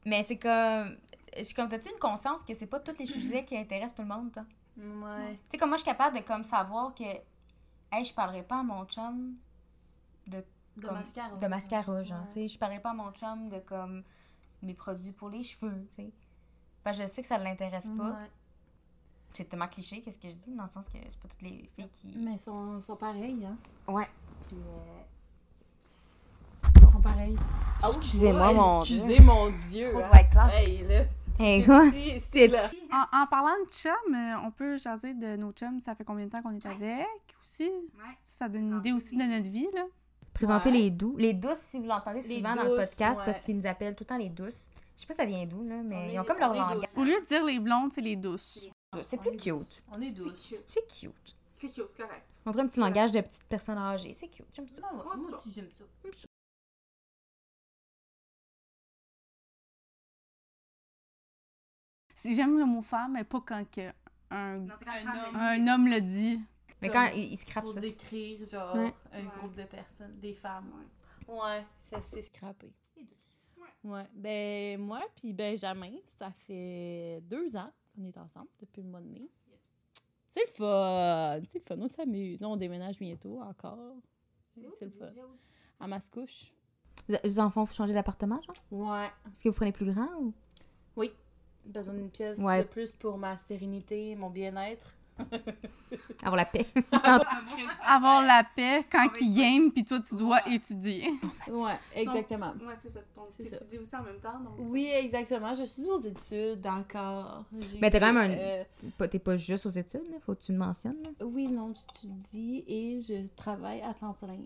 Speaker 1: Mais c'est comme. Je suis comme, t'as-tu une conscience que c'est pas tous les sujets qui intéressent tout le monde, toi?
Speaker 4: Ouais.
Speaker 1: Tu sais, comme moi, je suis capable de comme savoir que, hey, je parlerai pas à mon chum
Speaker 4: De
Speaker 1: Comme-
Speaker 4: mascara.
Speaker 1: de mascara, genre,
Speaker 4: Ouais.
Speaker 1: tu sais. Je parlais pas à mon chum de, comme, mes produits pour les cheveux, tu sais. Parce que je sais que ça l'intéresse pas.
Speaker 4: Ouais.
Speaker 1: C'est tellement cliché, qu'est-ce que je dis, dans le sens que c'est pas toutes les filles qui...
Speaker 2: Mais ils sont, sont pareils, hein.
Speaker 1: Ouais. Puis, euh,
Speaker 2: Ils sont pareils.
Speaker 1: Excusez-moi, mon Dieu.
Speaker 2: Excusez, mon Dieu.
Speaker 1: Trop de
Speaker 2: hein.
Speaker 1: white claw.
Speaker 2: Hey, là.
Speaker 1: Hey, quoi?
Speaker 2: C'est
Speaker 1: C'est
Speaker 2: c'est là.
Speaker 3: En, en parlant de chum, euh, on peut jaser de nos chums, ça fait combien de temps qu'on est avec aussi? Ça donne une idée aussi de notre vie, là.
Speaker 1: Présenter
Speaker 4: Ouais.
Speaker 1: les doux. Les douces, si vous l'entendez
Speaker 4: Les
Speaker 1: souvent dans le
Speaker 4: douces,
Speaker 1: podcast,
Speaker 4: ouais.
Speaker 1: parce qu'ils nous appellent tout le temps les douces. Je sais pas ça vient d'où, là, mais
Speaker 4: On
Speaker 1: ils ont
Speaker 4: est-
Speaker 1: comme leur
Speaker 4: on est
Speaker 1: langage.
Speaker 3: Au lieu de dire les blondes, c'est les douces.
Speaker 4: douces.
Speaker 1: C'est plus cute.
Speaker 4: On est
Speaker 5: C'est
Speaker 4: douce.
Speaker 5: cute.
Speaker 1: C'est cute.
Speaker 5: C'est cute, c'est correct.
Speaker 1: Montrer un petit langage de petite personne âgée. C'est cute. J'aime ça.
Speaker 4: Non, moi,
Speaker 5: Moi, c'est
Speaker 4: moi
Speaker 5: bon.
Speaker 4: aussi, j'aime ça.
Speaker 3: Si J'aime le mot femme, mais pas quand que un,
Speaker 4: Un homme
Speaker 3: un homme le dit.
Speaker 1: Mais
Speaker 4: Comme
Speaker 1: quand ils, ils scrapent
Speaker 4: pour
Speaker 1: ça.
Speaker 4: décrire, genre,
Speaker 1: Ouais.
Speaker 4: un
Speaker 5: Ouais.
Speaker 4: groupe de personnes, des femmes. Ouais, c'est assez scrappé.
Speaker 2: Ouais. Ben, moi, puis Benjamin, ça fait deux ans qu'on est ensemble, depuis le mois de mai. C'est le fun! C'est le fun, on s'amuse. Là, on déménage bientôt encore. C'est le fun. À Mascouche.
Speaker 1: Les- Les enfants, vous changez d'appartement, genre?
Speaker 4: Ouais.
Speaker 1: Est-ce que vous prenez plus grand ou?
Speaker 4: Besoin d'une pièce
Speaker 1: Ouais.
Speaker 4: de plus pour ma sérénité, mon bien-être.
Speaker 1: Avoir la paix.
Speaker 3: Avoir la paix quand
Speaker 5: Ouais.
Speaker 3: il game, puis toi, tu dois étudier.
Speaker 4: Ouais, exactement.
Speaker 5: Ouais, c'est ça. Donc,
Speaker 4: C'est ça.
Speaker 5: t'étudies aussi en même temps. Donc,
Speaker 4: Oui, exactement. Je suis aux études encore.
Speaker 2: Ben,
Speaker 4: J'ai,
Speaker 1: Mais t'as quand même un-
Speaker 4: euh,
Speaker 1: T'es pas- T'es pas juste aux études, là. Faut que tu le mentionnes, là.
Speaker 4: oui, non, j'étudie et je travaille à temps plein.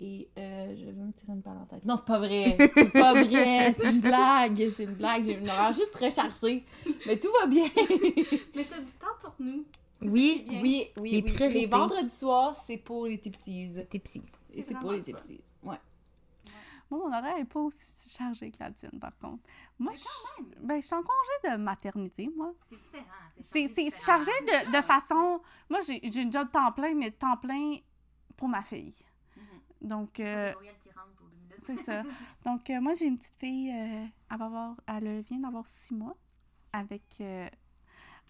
Speaker 4: Et euh, je vais me tirer une balle en tête. Non, c'est pas vrai. C'est pas vrai. C'est une blague. C'est une blague. J'ai une horaire juste rechargée. Mais tout va bien.
Speaker 5: Mais t'as du temps pour nous.
Speaker 1: Oui.
Speaker 5: Bien.
Speaker 4: Oui, oui, oui.
Speaker 1: Les priorités.
Speaker 4: Les vendredis soirs, c'est pour les tipsies.
Speaker 1: T'es psy.
Speaker 5: C'est
Speaker 4: Et c'est pour
Speaker 5: vraiment
Speaker 4: les
Speaker 5: le fun.
Speaker 4: tipsies. Ouais.
Speaker 3: Moi, mon horaire n'est pas aussi chargé que la tienne, par contre. Moi, je, ben, je suis en congé de maternité, moi.
Speaker 5: C'est différent.
Speaker 3: C'est c'est chargé de, de façon... Moi, j'ai j'ai une job temps plein, mais temps plein pour ma fille.
Speaker 5: Mm-hmm.
Speaker 3: Donc, euh, c'est ça. Donc, euh, moi, j'ai une petite fille, euh, elle, va avoir, elle vient d'avoir six mois avec euh,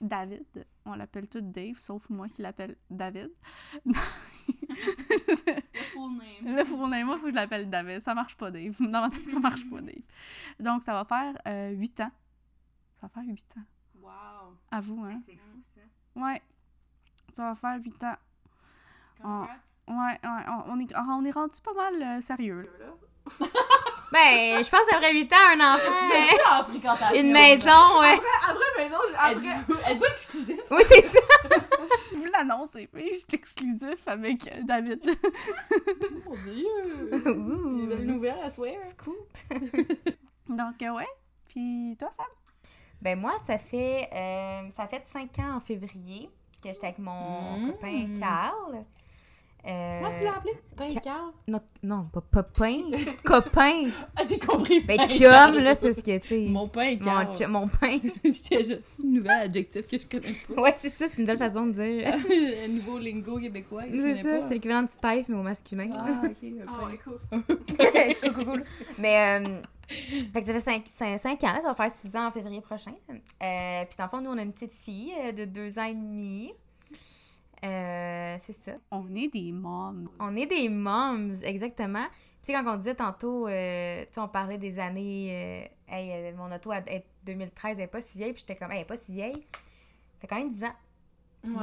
Speaker 3: David. On l'appelle tout Dave, sauf moi qui l'appelle David.
Speaker 5: full name.
Speaker 3: Là, pour moi, il faut que je l'appelle David. Ça marche pas, Dave. Dans ma tête, ça marche pas, Dave. Donc, ça va faire 8 ans. Ça va faire 8 ans.
Speaker 5: Wow.
Speaker 3: À vous, hein?
Speaker 5: C'est fou, ça.
Speaker 3: Ouais. Ça va faire 8 ans. Ouais, ouais. On, on est, on est rendu pas mal euh, sérieux, là.
Speaker 1: Ben, je pense après 8 ans, un
Speaker 4: Vous êtes
Speaker 1: enfant.
Speaker 4: plus en fréquentation.
Speaker 1: Une maison, ouais.
Speaker 5: Après maison, j'ai-
Speaker 4: Ah,
Speaker 5: après...
Speaker 4: Êtes-vous êtes-vous exclusif?
Speaker 1: Oui, c'est ça.
Speaker 3: Je vous l'annonce, les filles. Je suis exclusif avec euh, David.
Speaker 4: Mon Dieu!
Speaker 1: Ouh.
Speaker 4: Une nouvelle, I swear.
Speaker 1: Scoop.
Speaker 3: Donc, euh, ouais. Puis, toi, ça?
Speaker 1: Ben, moi, ça fait, euh, ça fait 5 ans en février que j'étais avec mon
Speaker 4: Mm.
Speaker 1: copain Carl. Euh,
Speaker 4: Comment tu l'as appelé? Pain
Speaker 1: ca-
Speaker 4: Carl?
Speaker 1: notre- non, pas copain. copain.
Speaker 4: Ah, j'ai compris.
Speaker 1: Ben,
Speaker 4: pain
Speaker 1: chum,
Speaker 4: Carl.
Speaker 1: là, c'est ce que, tu sais. Mon,
Speaker 4: Mon pain Carl.
Speaker 1: chum- mon pain.
Speaker 4: C'était juste une nouvelle adjectif que je connais
Speaker 1: Ouais, c'est ça, c'est une belle façon de
Speaker 4: pas.
Speaker 1: dire.
Speaker 4: Un nouveau lingo québécois. que Ah, je
Speaker 1: C'est
Speaker 4: connais
Speaker 1: ça,
Speaker 4: pas.
Speaker 1: c'est l'équivalent du type, mais au masculin.
Speaker 4: Ah, ok. un
Speaker 5: Ah ouais,
Speaker 4: pain.
Speaker 5: cool.
Speaker 1: Cool, cool, cool. Mais euh, fait que ça fait 5, ans, là, ça va faire 6 ans en février prochain. Euh, puis dans le fond, nous, on a une petite fille euh, de 2 ans et demi. Euh, c'est ça.
Speaker 3: On est des moms.
Speaker 1: On est des moms, exactement. Puis tu sais, quand on disait tantôt, euh, tu sais, on parlait des années, euh, hey, euh, mon auto, elle, elle- 2013, elle n'est pas si vieille. Puis j'étais comme, Hey, elle n'est pas si vieille. Ça fait quand même 10 ans. Moi,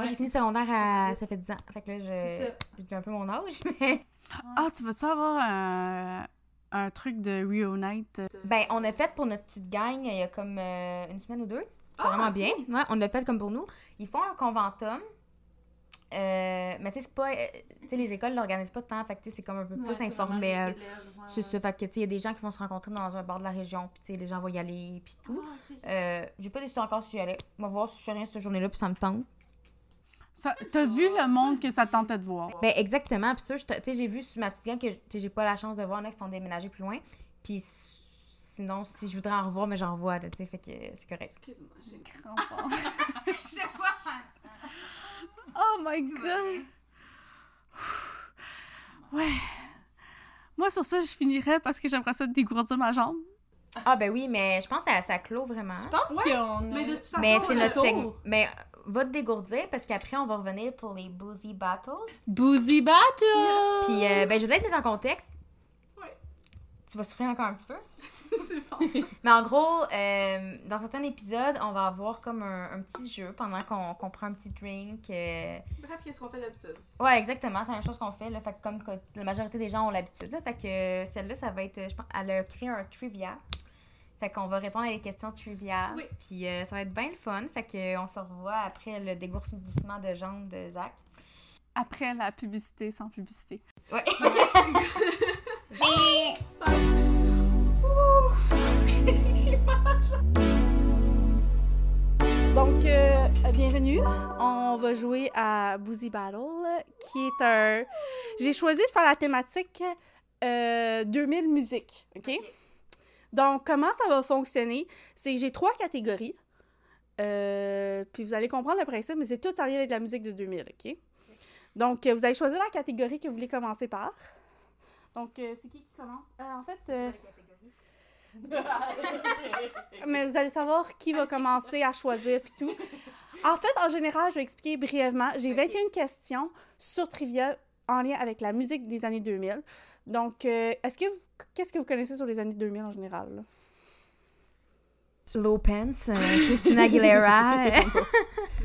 Speaker 4: Ouais,
Speaker 1: j'ai fini secondaire à... Ça fait 10 ans. Fait que là,
Speaker 4: c'est
Speaker 1: je...
Speaker 4: ça.
Speaker 1: j'ai un peu mon âge, mais...
Speaker 3: Ah, tu veux-tu avoir un, un truc de Reunite? euh,
Speaker 1: Ben, on a fait pour notre petite gang euh, il y a comme euh, une semaine ou deux. C'est
Speaker 4: Ah,
Speaker 1: vraiment bien. Ouais, on l'a fait comme pour nous. Ils font un conventum. Euh, mais tu sais, c'est pas. euh, tu sais, les écoles l'organisent pas tant. Fait que tu sais, c'est comme un peu
Speaker 4: Ouais,
Speaker 1: plus
Speaker 4: c'est
Speaker 2: euh,
Speaker 1: informel. euh,
Speaker 4: vraiment les élèves, ouais,
Speaker 1: C'est ça. Fait que tu sais, il y a des gens qui vont se rencontrer dans un bar de la région. Puis tu sais, les gens vont y aller. Puis tout. Euh, J'ai pas décidé encore si j'y allais. On va voir si je fais rien cette journée-là. Puis ça me tente.
Speaker 3: ça- T'as vu le monde que ça te tentait de voir?
Speaker 1: Ben, exactement. Puis ça, je te- tu sais, j'ai vu sur ma petite gang que tu sais, j'ai pas la chance de voir. Il y en a qui sont déménagés plus loin. Puis sinon, si je voudrais en revoir, mais j'en revois. là, Tu sais, fait que euh, c'est correct.
Speaker 5: Excuse-moi, j'ai
Speaker 3: Crampon.
Speaker 5: Je sais pas.
Speaker 3: Oh my god! Ouais. Moi, sur ça, je finirais parce que j'aimerais ça dégourdir ma jambe.
Speaker 1: Ah ben oui, mais je pense que ça, ça clôt vraiment.
Speaker 4: Je pense qu'on a...
Speaker 5: Mais de toute façon,
Speaker 1: Mais Ben, c'est
Speaker 5: euh,
Speaker 1: notre
Speaker 4: tour.
Speaker 1: segment. Mais euh, va te dégourdir parce qu'après on va revenir pour les boozy battles.
Speaker 4: Boozy
Speaker 2: Ah.
Speaker 4: Battle!
Speaker 1: Puis euh, ben je vais te laisser dans le contexte.
Speaker 5: Ouais.
Speaker 1: Tu vas souffrir encore un petit peu.
Speaker 5: c'est bon.
Speaker 1: Mais en gros, euh, dans certains épisodes, on va avoir comme un, un petit jeu pendant qu'on qu'on prend un petit drink. euh.
Speaker 5: Bref, qu'est-ce qu'on fait d'habitude?
Speaker 1: Ouais, exactement. C'est la même chose qu'on fait. Là. Fait que comme que la majorité des gens ont l'habitude. là, Fait que euh, celle-là, ça va être. Je pense, elle a créé un trivia. Fait qu'on va répondre à des questions trivia.
Speaker 5: Oui.
Speaker 1: Puis euh, ça va être bien le fun. Fait que, euh, on se revoit après le dégourdissement de jambes de Zach.
Speaker 3: Après la publicité, sans publicité.
Speaker 1: Ouais.
Speaker 3: Donc, euh, bienvenue. On va jouer à Boozy Battle, qui est un. J'ai choisi de faire la thématique euh, 2000 musiques. OK? Donc, comment ça va fonctionner? C'est que j'ai trois catégories. Euh, puis vous allez comprendre le principe, mais c'est tout en lien avec la musique de 2000. OK? Donc, euh, vous allez choisir la catégorie que vous voulez commencer par. Donc, euh, c'est qui qui commence? Euh, en fait. euh, mais vous allez savoir qui va commencer à choisir puis tout. En fait, en général, je vais expliquer brièvement. J'ai 21 questions sur Trivia en lien avec la musique des années 2000. Donc, euh, est-ce que vous- qu'est-ce que vous connaissez sur les années 2000 en général? là?
Speaker 1: Slow Pants, euh, Christina Aguilera. euh,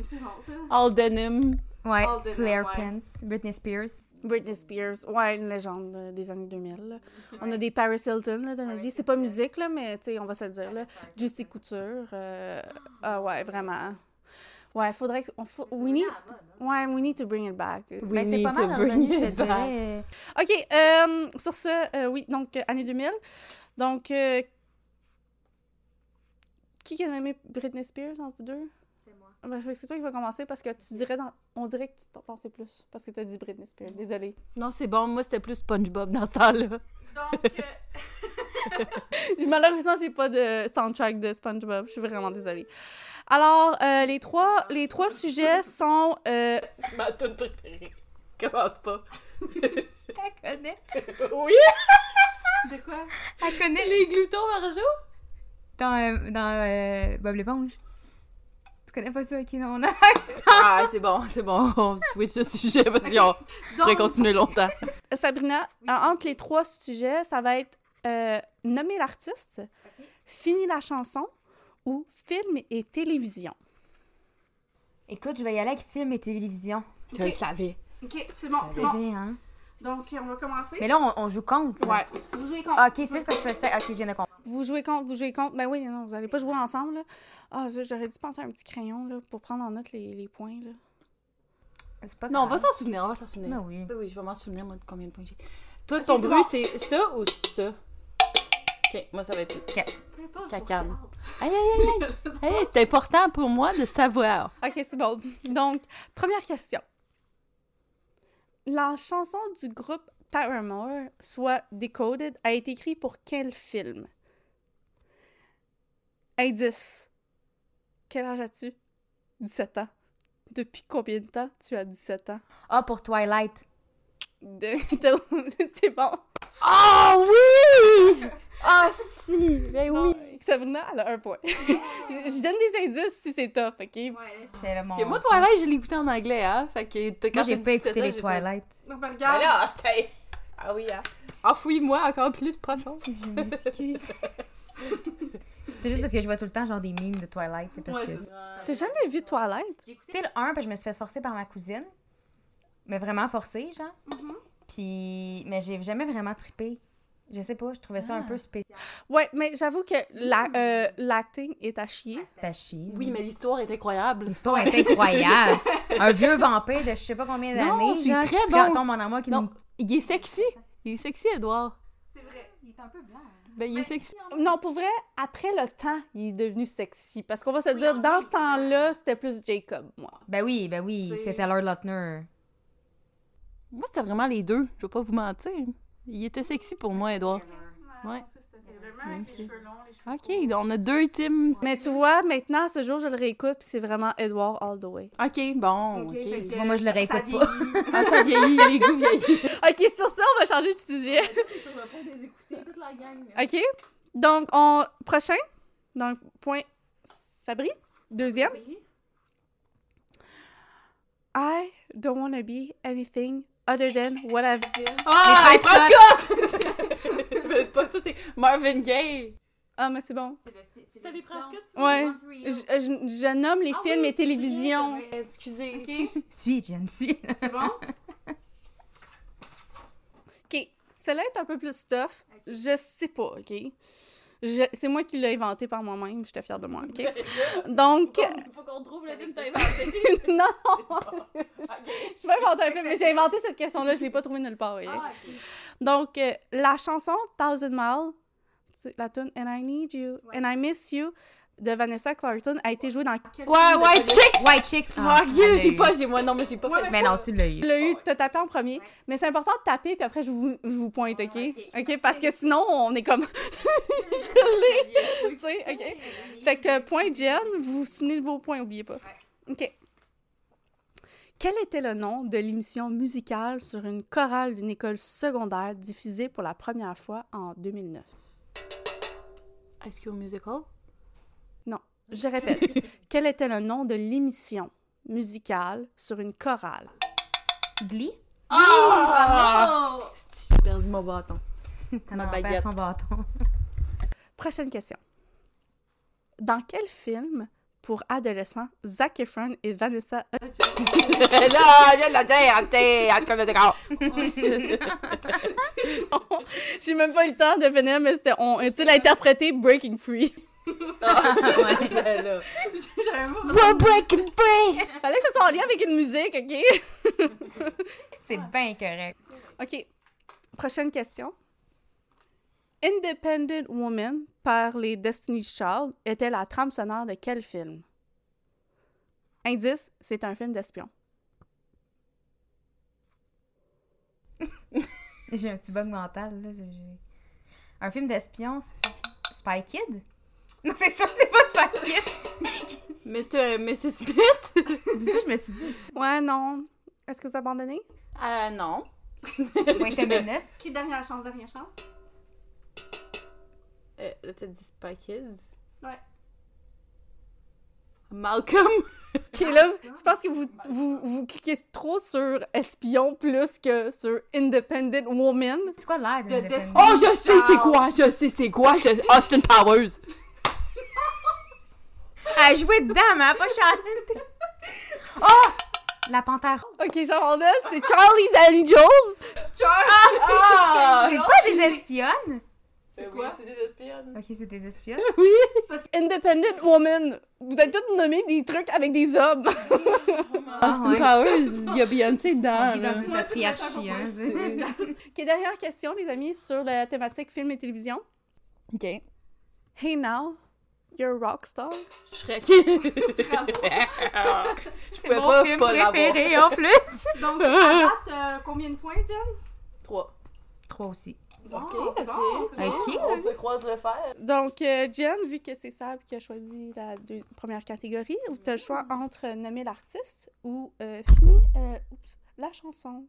Speaker 6: C'est bon, ça.
Speaker 2: euh, All denim.
Speaker 1: ouais,
Speaker 6: All the time,
Speaker 1: Flare
Speaker 6: ouais.
Speaker 1: Pants, Britney Spears.
Speaker 3: Britney Spears, ouais, une légende euh, des années 2000. là. On a des Paris Hilton là, dans notre vie. C'est pas musique, là, mais tu sais, on va se le dire. Là. Juicy Couture. euh, Ah ouais, vraiment. Ouais, faudrait qu'on. faut- We need... Ouais, we need to bring it back.
Speaker 1: Ben, c'est pas
Speaker 2: need to
Speaker 1: mal
Speaker 2: bring
Speaker 1: revenu, je
Speaker 2: it
Speaker 1: te
Speaker 2: back.
Speaker 1: dirais.
Speaker 3: OK, euh, sur ce, euh, oui, donc, euh, année 2000. Donc, euh, qui qui a nommé Britney Spears entre vous deux?
Speaker 6: C'est moi.
Speaker 3: Ah, ben, fait que c'est toi qui vas commencer parce que tu dirais, dans- on dirait que tu t'en pensais plus parce que t'as dit Britney Spears. Désolée.
Speaker 2: Non, c'est bon. Moi, c'était plus SpongeBob dans ce temps-là.
Speaker 6: Donc, euh,
Speaker 3: Malheureusement, j'ai pas de soundtrack de SpongeBob. Je suis vraiment désolée. Alors, euh, les trois, les trois sujets sont. euh,
Speaker 2: Ma tune préférée. Commence pas.
Speaker 1: Elle connaît.
Speaker 2: oui!
Speaker 6: de quoi?
Speaker 1: Elle connaît.
Speaker 2: Les gloutons, Marjo?
Speaker 1: Dans, euh, dans euh, Bob l'éponge. Tu connais pas ça, ok, non, non.
Speaker 2: Ah, c'est bon, c'est bon. On switch de sujet parce qu'on pourrait
Speaker 6: Donc,
Speaker 2: continuer longtemps.
Speaker 3: Sabrina, euh, entre les trois sujets, ça va être euh, nommer l'artiste, fini la chanson ou film et télévision.
Speaker 1: Écoute, je vais y aller avec film et télévision.
Speaker 2: Je le savais.
Speaker 6: ok, c'est
Speaker 2: Ah,
Speaker 6: bon,
Speaker 1: C'est
Speaker 6: c'est bon.
Speaker 1: bien, hein.
Speaker 6: Donc, euh, on va commencer.
Speaker 1: Mais là, on, on joue contre. là. Ah,
Speaker 6: Ouais. Vous jouez contre.
Speaker 1: Ok, c'est que je fais ça. Ok, j'ai bien compris.
Speaker 3: Ah, Vous jouez contre, vous jouez contre. Ben oui, non, vous allez pas jouer ensemble. là. Ah, zut, j'aurais dû penser à un petit crayon là, pour prendre en note les, les points. Là.
Speaker 1: C'est pas
Speaker 2: Non, on va
Speaker 1: grave.
Speaker 2: s'en souvenir, on va s'en souvenir.
Speaker 1: Ben oui.
Speaker 2: Oui, oui, je vais m'en souvenir, moi, de combien de points j'ai. Toi, ton
Speaker 6: c'est
Speaker 2: bruit,
Speaker 6: bon.
Speaker 2: c'est ça ou ça? Ok, moi, ça va être.
Speaker 6: Peu importe,
Speaker 2: Cacane.
Speaker 6: je vous regarde.
Speaker 2: Aïe, aïe, aïe, aïe! Hey, c'est important pour moi de savoir.
Speaker 3: OK, c'est bon. Donc, première question. La chanson du groupe Paramore, soit Decoded, a été écrite pour quel film? Indice. Quel âge as-tu? 17 ans. Depuis combien de temps tu as 17 ans?
Speaker 1: Ah, pour Twilight.
Speaker 3: De- de- c'est bon.
Speaker 2: Oh oui! Ah si! Ben oui!
Speaker 3: Sabrina, elle a un point. je, je donne des indices si c'est top, OK?
Speaker 6: Ouais, là,
Speaker 1: C'est le
Speaker 2: Parce que
Speaker 1: monde.
Speaker 2: moi, Twilight, je l'ai écouté en anglais, hein? Fait que t'as- quand
Speaker 1: Moi, j'ai
Speaker 2: t'as
Speaker 1: pas
Speaker 2: 17
Speaker 1: écouté
Speaker 2: ans,
Speaker 1: les
Speaker 2: j'ai fait-
Speaker 1: Twilight.
Speaker 6: je- Donc, ben,
Speaker 2: Ben
Speaker 6: regarde.
Speaker 2: là, c'est... Ah oui, hein? Enfouis-moi encore plus, profond.
Speaker 1: Je m'excuse. c'est juste parce que je vois tout le temps genre des memes de Twilight. Parce que
Speaker 3: T'as jamais vu Twilight?
Speaker 1: J'écoutais le 1 parce que je me suis fait forcer par ma cousine. Mais vraiment forcée, genre. Puis. Mais j'ai jamais vraiment trippé. Je sais pas, je trouvais ça un peu spécial.
Speaker 3: Ouais, mais j'avoue que la- euh, l'acting est à chier.
Speaker 1: T'as chié.
Speaker 2: Oui, mais l'histoire est incroyable.
Speaker 1: L'histoire est incroyable. un vieux vampire de je sais pas combien
Speaker 2: Non,
Speaker 1: d'années.
Speaker 2: c'est
Speaker 1: genre,
Speaker 2: très
Speaker 1: qui
Speaker 2: bon.
Speaker 1: tombe en amour, qui
Speaker 2: Non,
Speaker 1: nous-
Speaker 2: il est sexy. Il est sexy, Edouard.
Speaker 6: C'est vrai. Il est un peu blanc. hein.
Speaker 2: Ben, il est sexy.
Speaker 3: Non, pour vrai, après le temps, il est devenu sexy. Parce qu'on va se dire, dans ce temps-là, c'était plus Jacob, moi.
Speaker 1: Ben oui, ben oui, c'était Lord Lautner.
Speaker 2: Moi, c'était vraiment les deux. Je vais pas vous mentir. Il était sexy pour moi, Edouard. Ouais.
Speaker 6: Ça, c'était Taylor. Même avec les cheveux longs, les cheveux
Speaker 2: OK, on a deux teams.
Speaker 3: Mais tu vois, maintenant, à ce jour, je le réécoute, puis c'est vraiment Edward all the way.
Speaker 2: OK, bon, OK.
Speaker 6: fait que
Speaker 1: vois, moi, je
Speaker 6: ça-
Speaker 1: le
Speaker 6: ça
Speaker 1: réécoute pas.
Speaker 6: vieillit.
Speaker 2: Ah, ça vieillit, les goûts vieillissent.
Speaker 3: OK, sur ça, on va changer de sujet.
Speaker 2: Sur le point des écouter, toute la gang.
Speaker 3: OK? Donc, on... prochain. Donc, point Sabri. Deuxième. I don't want to be anything other than what I've been.
Speaker 2: Ah,
Speaker 3: Les
Speaker 2: les Scott! Mais c'est pas ça, c'est Marvin Gaye.
Speaker 3: Ah, mais c'est bon.
Speaker 2: C'était les Scott?
Speaker 3: Ouais. Je, je- je nomme les
Speaker 2: Ah
Speaker 3: films et télévisions.
Speaker 2: Excusez.
Speaker 1: Suis, Jen, suis.
Speaker 6: C'est bon?
Speaker 3: OK. Celle-là est un peu plus tough. Je sais pas, OK? Je- C'est moi qui l'ai inventé par moi-même. J'étais fière de moi, OK? Donc,
Speaker 4: Faut qu'on trouve le film que t'as inventé.
Speaker 3: non! Je vais inventer un film, mais j'ai inventé cette question-là. Je l'ai pas trouvée nulle part. OK?
Speaker 5: Ah, ok.
Speaker 3: Donc, euh, la chanson Thousand Miles, c'est la tune And I Need You, And I Miss You de Vanessa Clarkson a été jouée dans quel
Speaker 4: Ouais, ouais, check!
Speaker 1: White Chicks.
Speaker 4: Ah,
Speaker 1: Ah,
Speaker 4: yeah,
Speaker 1: elle
Speaker 4: j'ai
Speaker 1: l'a
Speaker 4: pas,
Speaker 1: eu.
Speaker 4: j'ai moi, non, mais j'ai pas fait.
Speaker 1: Mais non, tu l'as eu.
Speaker 3: Tu l'as eu, t'as tapé en premier. Mais c'est important de taper, puis après, je vous, je vous pointe, OK? OK? Parce que sinon, on est comme... je l'ai! Tu sais, OK? Fait que point Jen, vous vous souvenez de vos points, oubliez pas. OK. Quel était le nom de l'émission musicale sur une chorale d'une école secondaire diffusée pour la première fois en 2009?
Speaker 4: High School Musical?
Speaker 3: Je répète, quel était le nom de l'émission musicale sur une chorale?
Speaker 1: Glee.
Speaker 4: Ah! J'ai perdu mon bâton. Ma
Speaker 1: Ma
Speaker 4: baguette.
Speaker 1: baguette. son bâton.
Speaker 3: Prochaine question. Dans quel film pour adolescents Zac Efron et Vanessa
Speaker 1: Là, je viens de la dire, t'es comme
Speaker 3: Hudson? J'ai même pas eu le temps de finir, mais c'était on a-t-il interprété Breaking Free?
Speaker 4: Ben là.
Speaker 5: J'avais pas
Speaker 3: We're breaking free! Fallait que ça soit en lien avec une musique, ok?
Speaker 1: C'est bien correct.
Speaker 3: Ok. Prochaine question. Independent Woman par les Destiny's Child était la trame sonore de quel film? Indice, c'est un film d'espion.
Speaker 1: J'ai un petit bug mental, là. j'ai- j'ai- Un film d'espion, c'est- Spy Kid? Non, c'est sûr, c'est pas Spy Kid.
Speaker 4: Mais c'est mais c'est Smith?
Speaker 1: c'est ça, je me suis dit.
Speaker 3: Ouais, non. Est-ce que vous abandonnez?
Speaker 4: Euh, non.
Speaker 1: Wait a minute.
Speaker 5: Qui dernière chance, dernière chance?
Speaker 4: Euh, là, t'as dit Spy Kids?
Speaker 5: Ouais.
Speaker 4: Malcolm?
Speaker 3: Ok, là, je pense que vous, vous, vous cliquez trop sur espion plus que sur independent woman.
Speaker 1: C'est quoi l'air de
Speaker 5: Destiny.
Speaker 4: Oh, je sais c'est quoi! Je sais c'est quoi! je- Austin Powers!
Speaker 1: Ah, Elle jouait dedans, mais elle a pas chanté. Oh! La panthère.
Speaker 3: Ok, j'en abandonne, c'est Charlie's Angels.
Speaker 4: Ah!
Speaker 1: C'est pas des espionnes?
Speaker 4: C'est quoi? Ben C'est des espionnes.
Speaker 1: Ok, c'est des espionnes.
Speaker 3: Independent woman. Vous avez tous nommé des trucs avec des hommes.
Speaker 4: Austin
Speaker 1: ouais.
Speaker 4: Powers, il y a Beyoncé
Speaker 1: On
Speaker 4: dedans,
Speaker 1: vit dans
Speaker 4: là.
Speaker 1: une patriarchie, hein. c'est-
Speaker 3: Ah, Ok, dernière question, les amis, sur la thématique film et télévision.
Speaker 4: Ok.
Speaker 3: Hey now, you're a rock star.
Speaker 4: Shrek. Je pouvais pas pas l'avoir.
Speaker 1: en plus.
Speaker 5: Donc, à date, euh, combien de points, Jen?
Speaker 4: Trois.
Speaker 1: Trois aussi.
Speaker 5: Bon,
Speaker 4: Ok,
Speaker 5: c'est bon, c'est bon.
Speaker 1: Ok.
Speaker 4: On se croise le fer.
Speaker 3: Donc, euh, Jen, vu que c'est Sab qui a choisi la deux- première catégorie, tu as le choix
Speaker 4: Mm.
Speaker 3: entre nommer l'artiste ou euh, finir euh, oups, la chanson.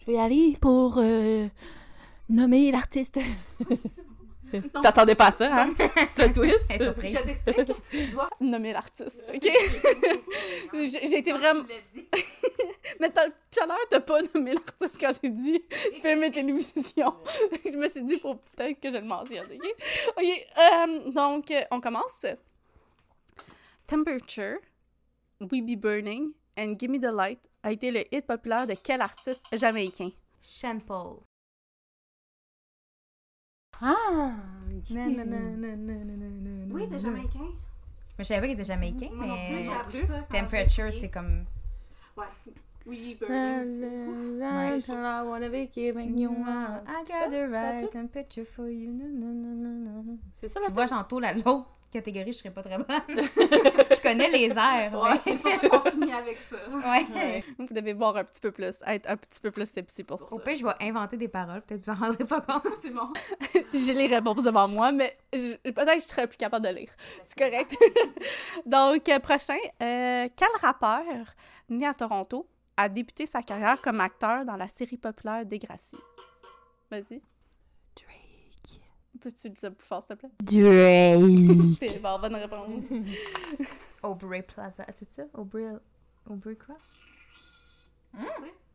Speaker 4: Je vais y aller pour euh, nommer l'artiste. T'attendais pas à ça, hein? Le twist.
Speaker 1: Hey, surprise.
Speaker 5: Je t'explique.
Speaker 3: nommer l'artiste, OK? J'ai j'ai été vraiment... Mais t'as- tout à l'heure, t'as pas nommé l'artiste quand j'ai dit film et télévision. je me suis dit, faut peut-être que je le mentionne, OK? OK, euh, donc, euh, on commence. Temperature, We Be Burning and Gimme the Light a été le hit populaire de quel artiste jamaïcain?
Speaker 1: Sean Paul.
Speaker 4: Ah!
Speaker 1: Non, non, non,
Speaker 4: Ben,
Speaker 1: non, non, non, non, non,
Speaker 5: Oui,
Speaker 1: non.
Speaker 5: t'es jamaïcain.
Speaker 1: Mais je savais qu'il était jamaïcain,
Speaker 5: Moi non plus,
Speaker 1: mais.
Speaker 5: j'ai appris ça. quand
Speaker 1: Temperature,
Speaker 5: j'ai
Speaker 1: c'est
Speaker 5: étudié.
Speaker 1: comme.
Speaker 5: Ouais. Oui,
Speaker 4: Ben,
Speaker 3: Euh,
Speaker 5: Burning aussi.
Speaker 1: Ouais.
Speaker 4: I wanna be giving you up.
Speaker 1: I
Speaker 4: C'est ça?
Speaker 1: got the
Speaker 4: tout?
Speaker 1: right temperature for you. Non, non, non, non, non.
Speaker 4: C'est ça
Speaker 1: Tu vois, j'entends la l'autre catégorie, je serais pas très bonne. je connais les airs.
Speaker 4: Ouais,
Speaker 1: mais-
Speaker 5: C'est sûr qu'on finit avec ça.
Speaker 1: Ouais.
Speaker 3: Vous devez voir un petit peu plus, être un petit peu plus sexy pour ça.
Speaker 1: Au pire, je vais inventer des paroles, peut-être que vous en rendrez pas compte.
Speaker 5: C'est bon.
Speaker 3: J'ai les réponses devant moi, mais je- peut-être que je serais plus capable de lire. C'est correct. Donc, euh, prochain, euh, quel rappeur né à Toronto a débuté sa carrière comme acteur dans la série populaire Dégracie? Vas-y.
Speaker 4: Drake.
Speaker 3: Peux-tu le dire plus fort, s'il te plaît?
Speaker 4: Drake.
Speaker 3: C'est bon, bonne réponse.
Speaker 1: Aubrey Plaza, c'est ça? Aubrey. Aubrey quoi?
Speaker 7: Hmm?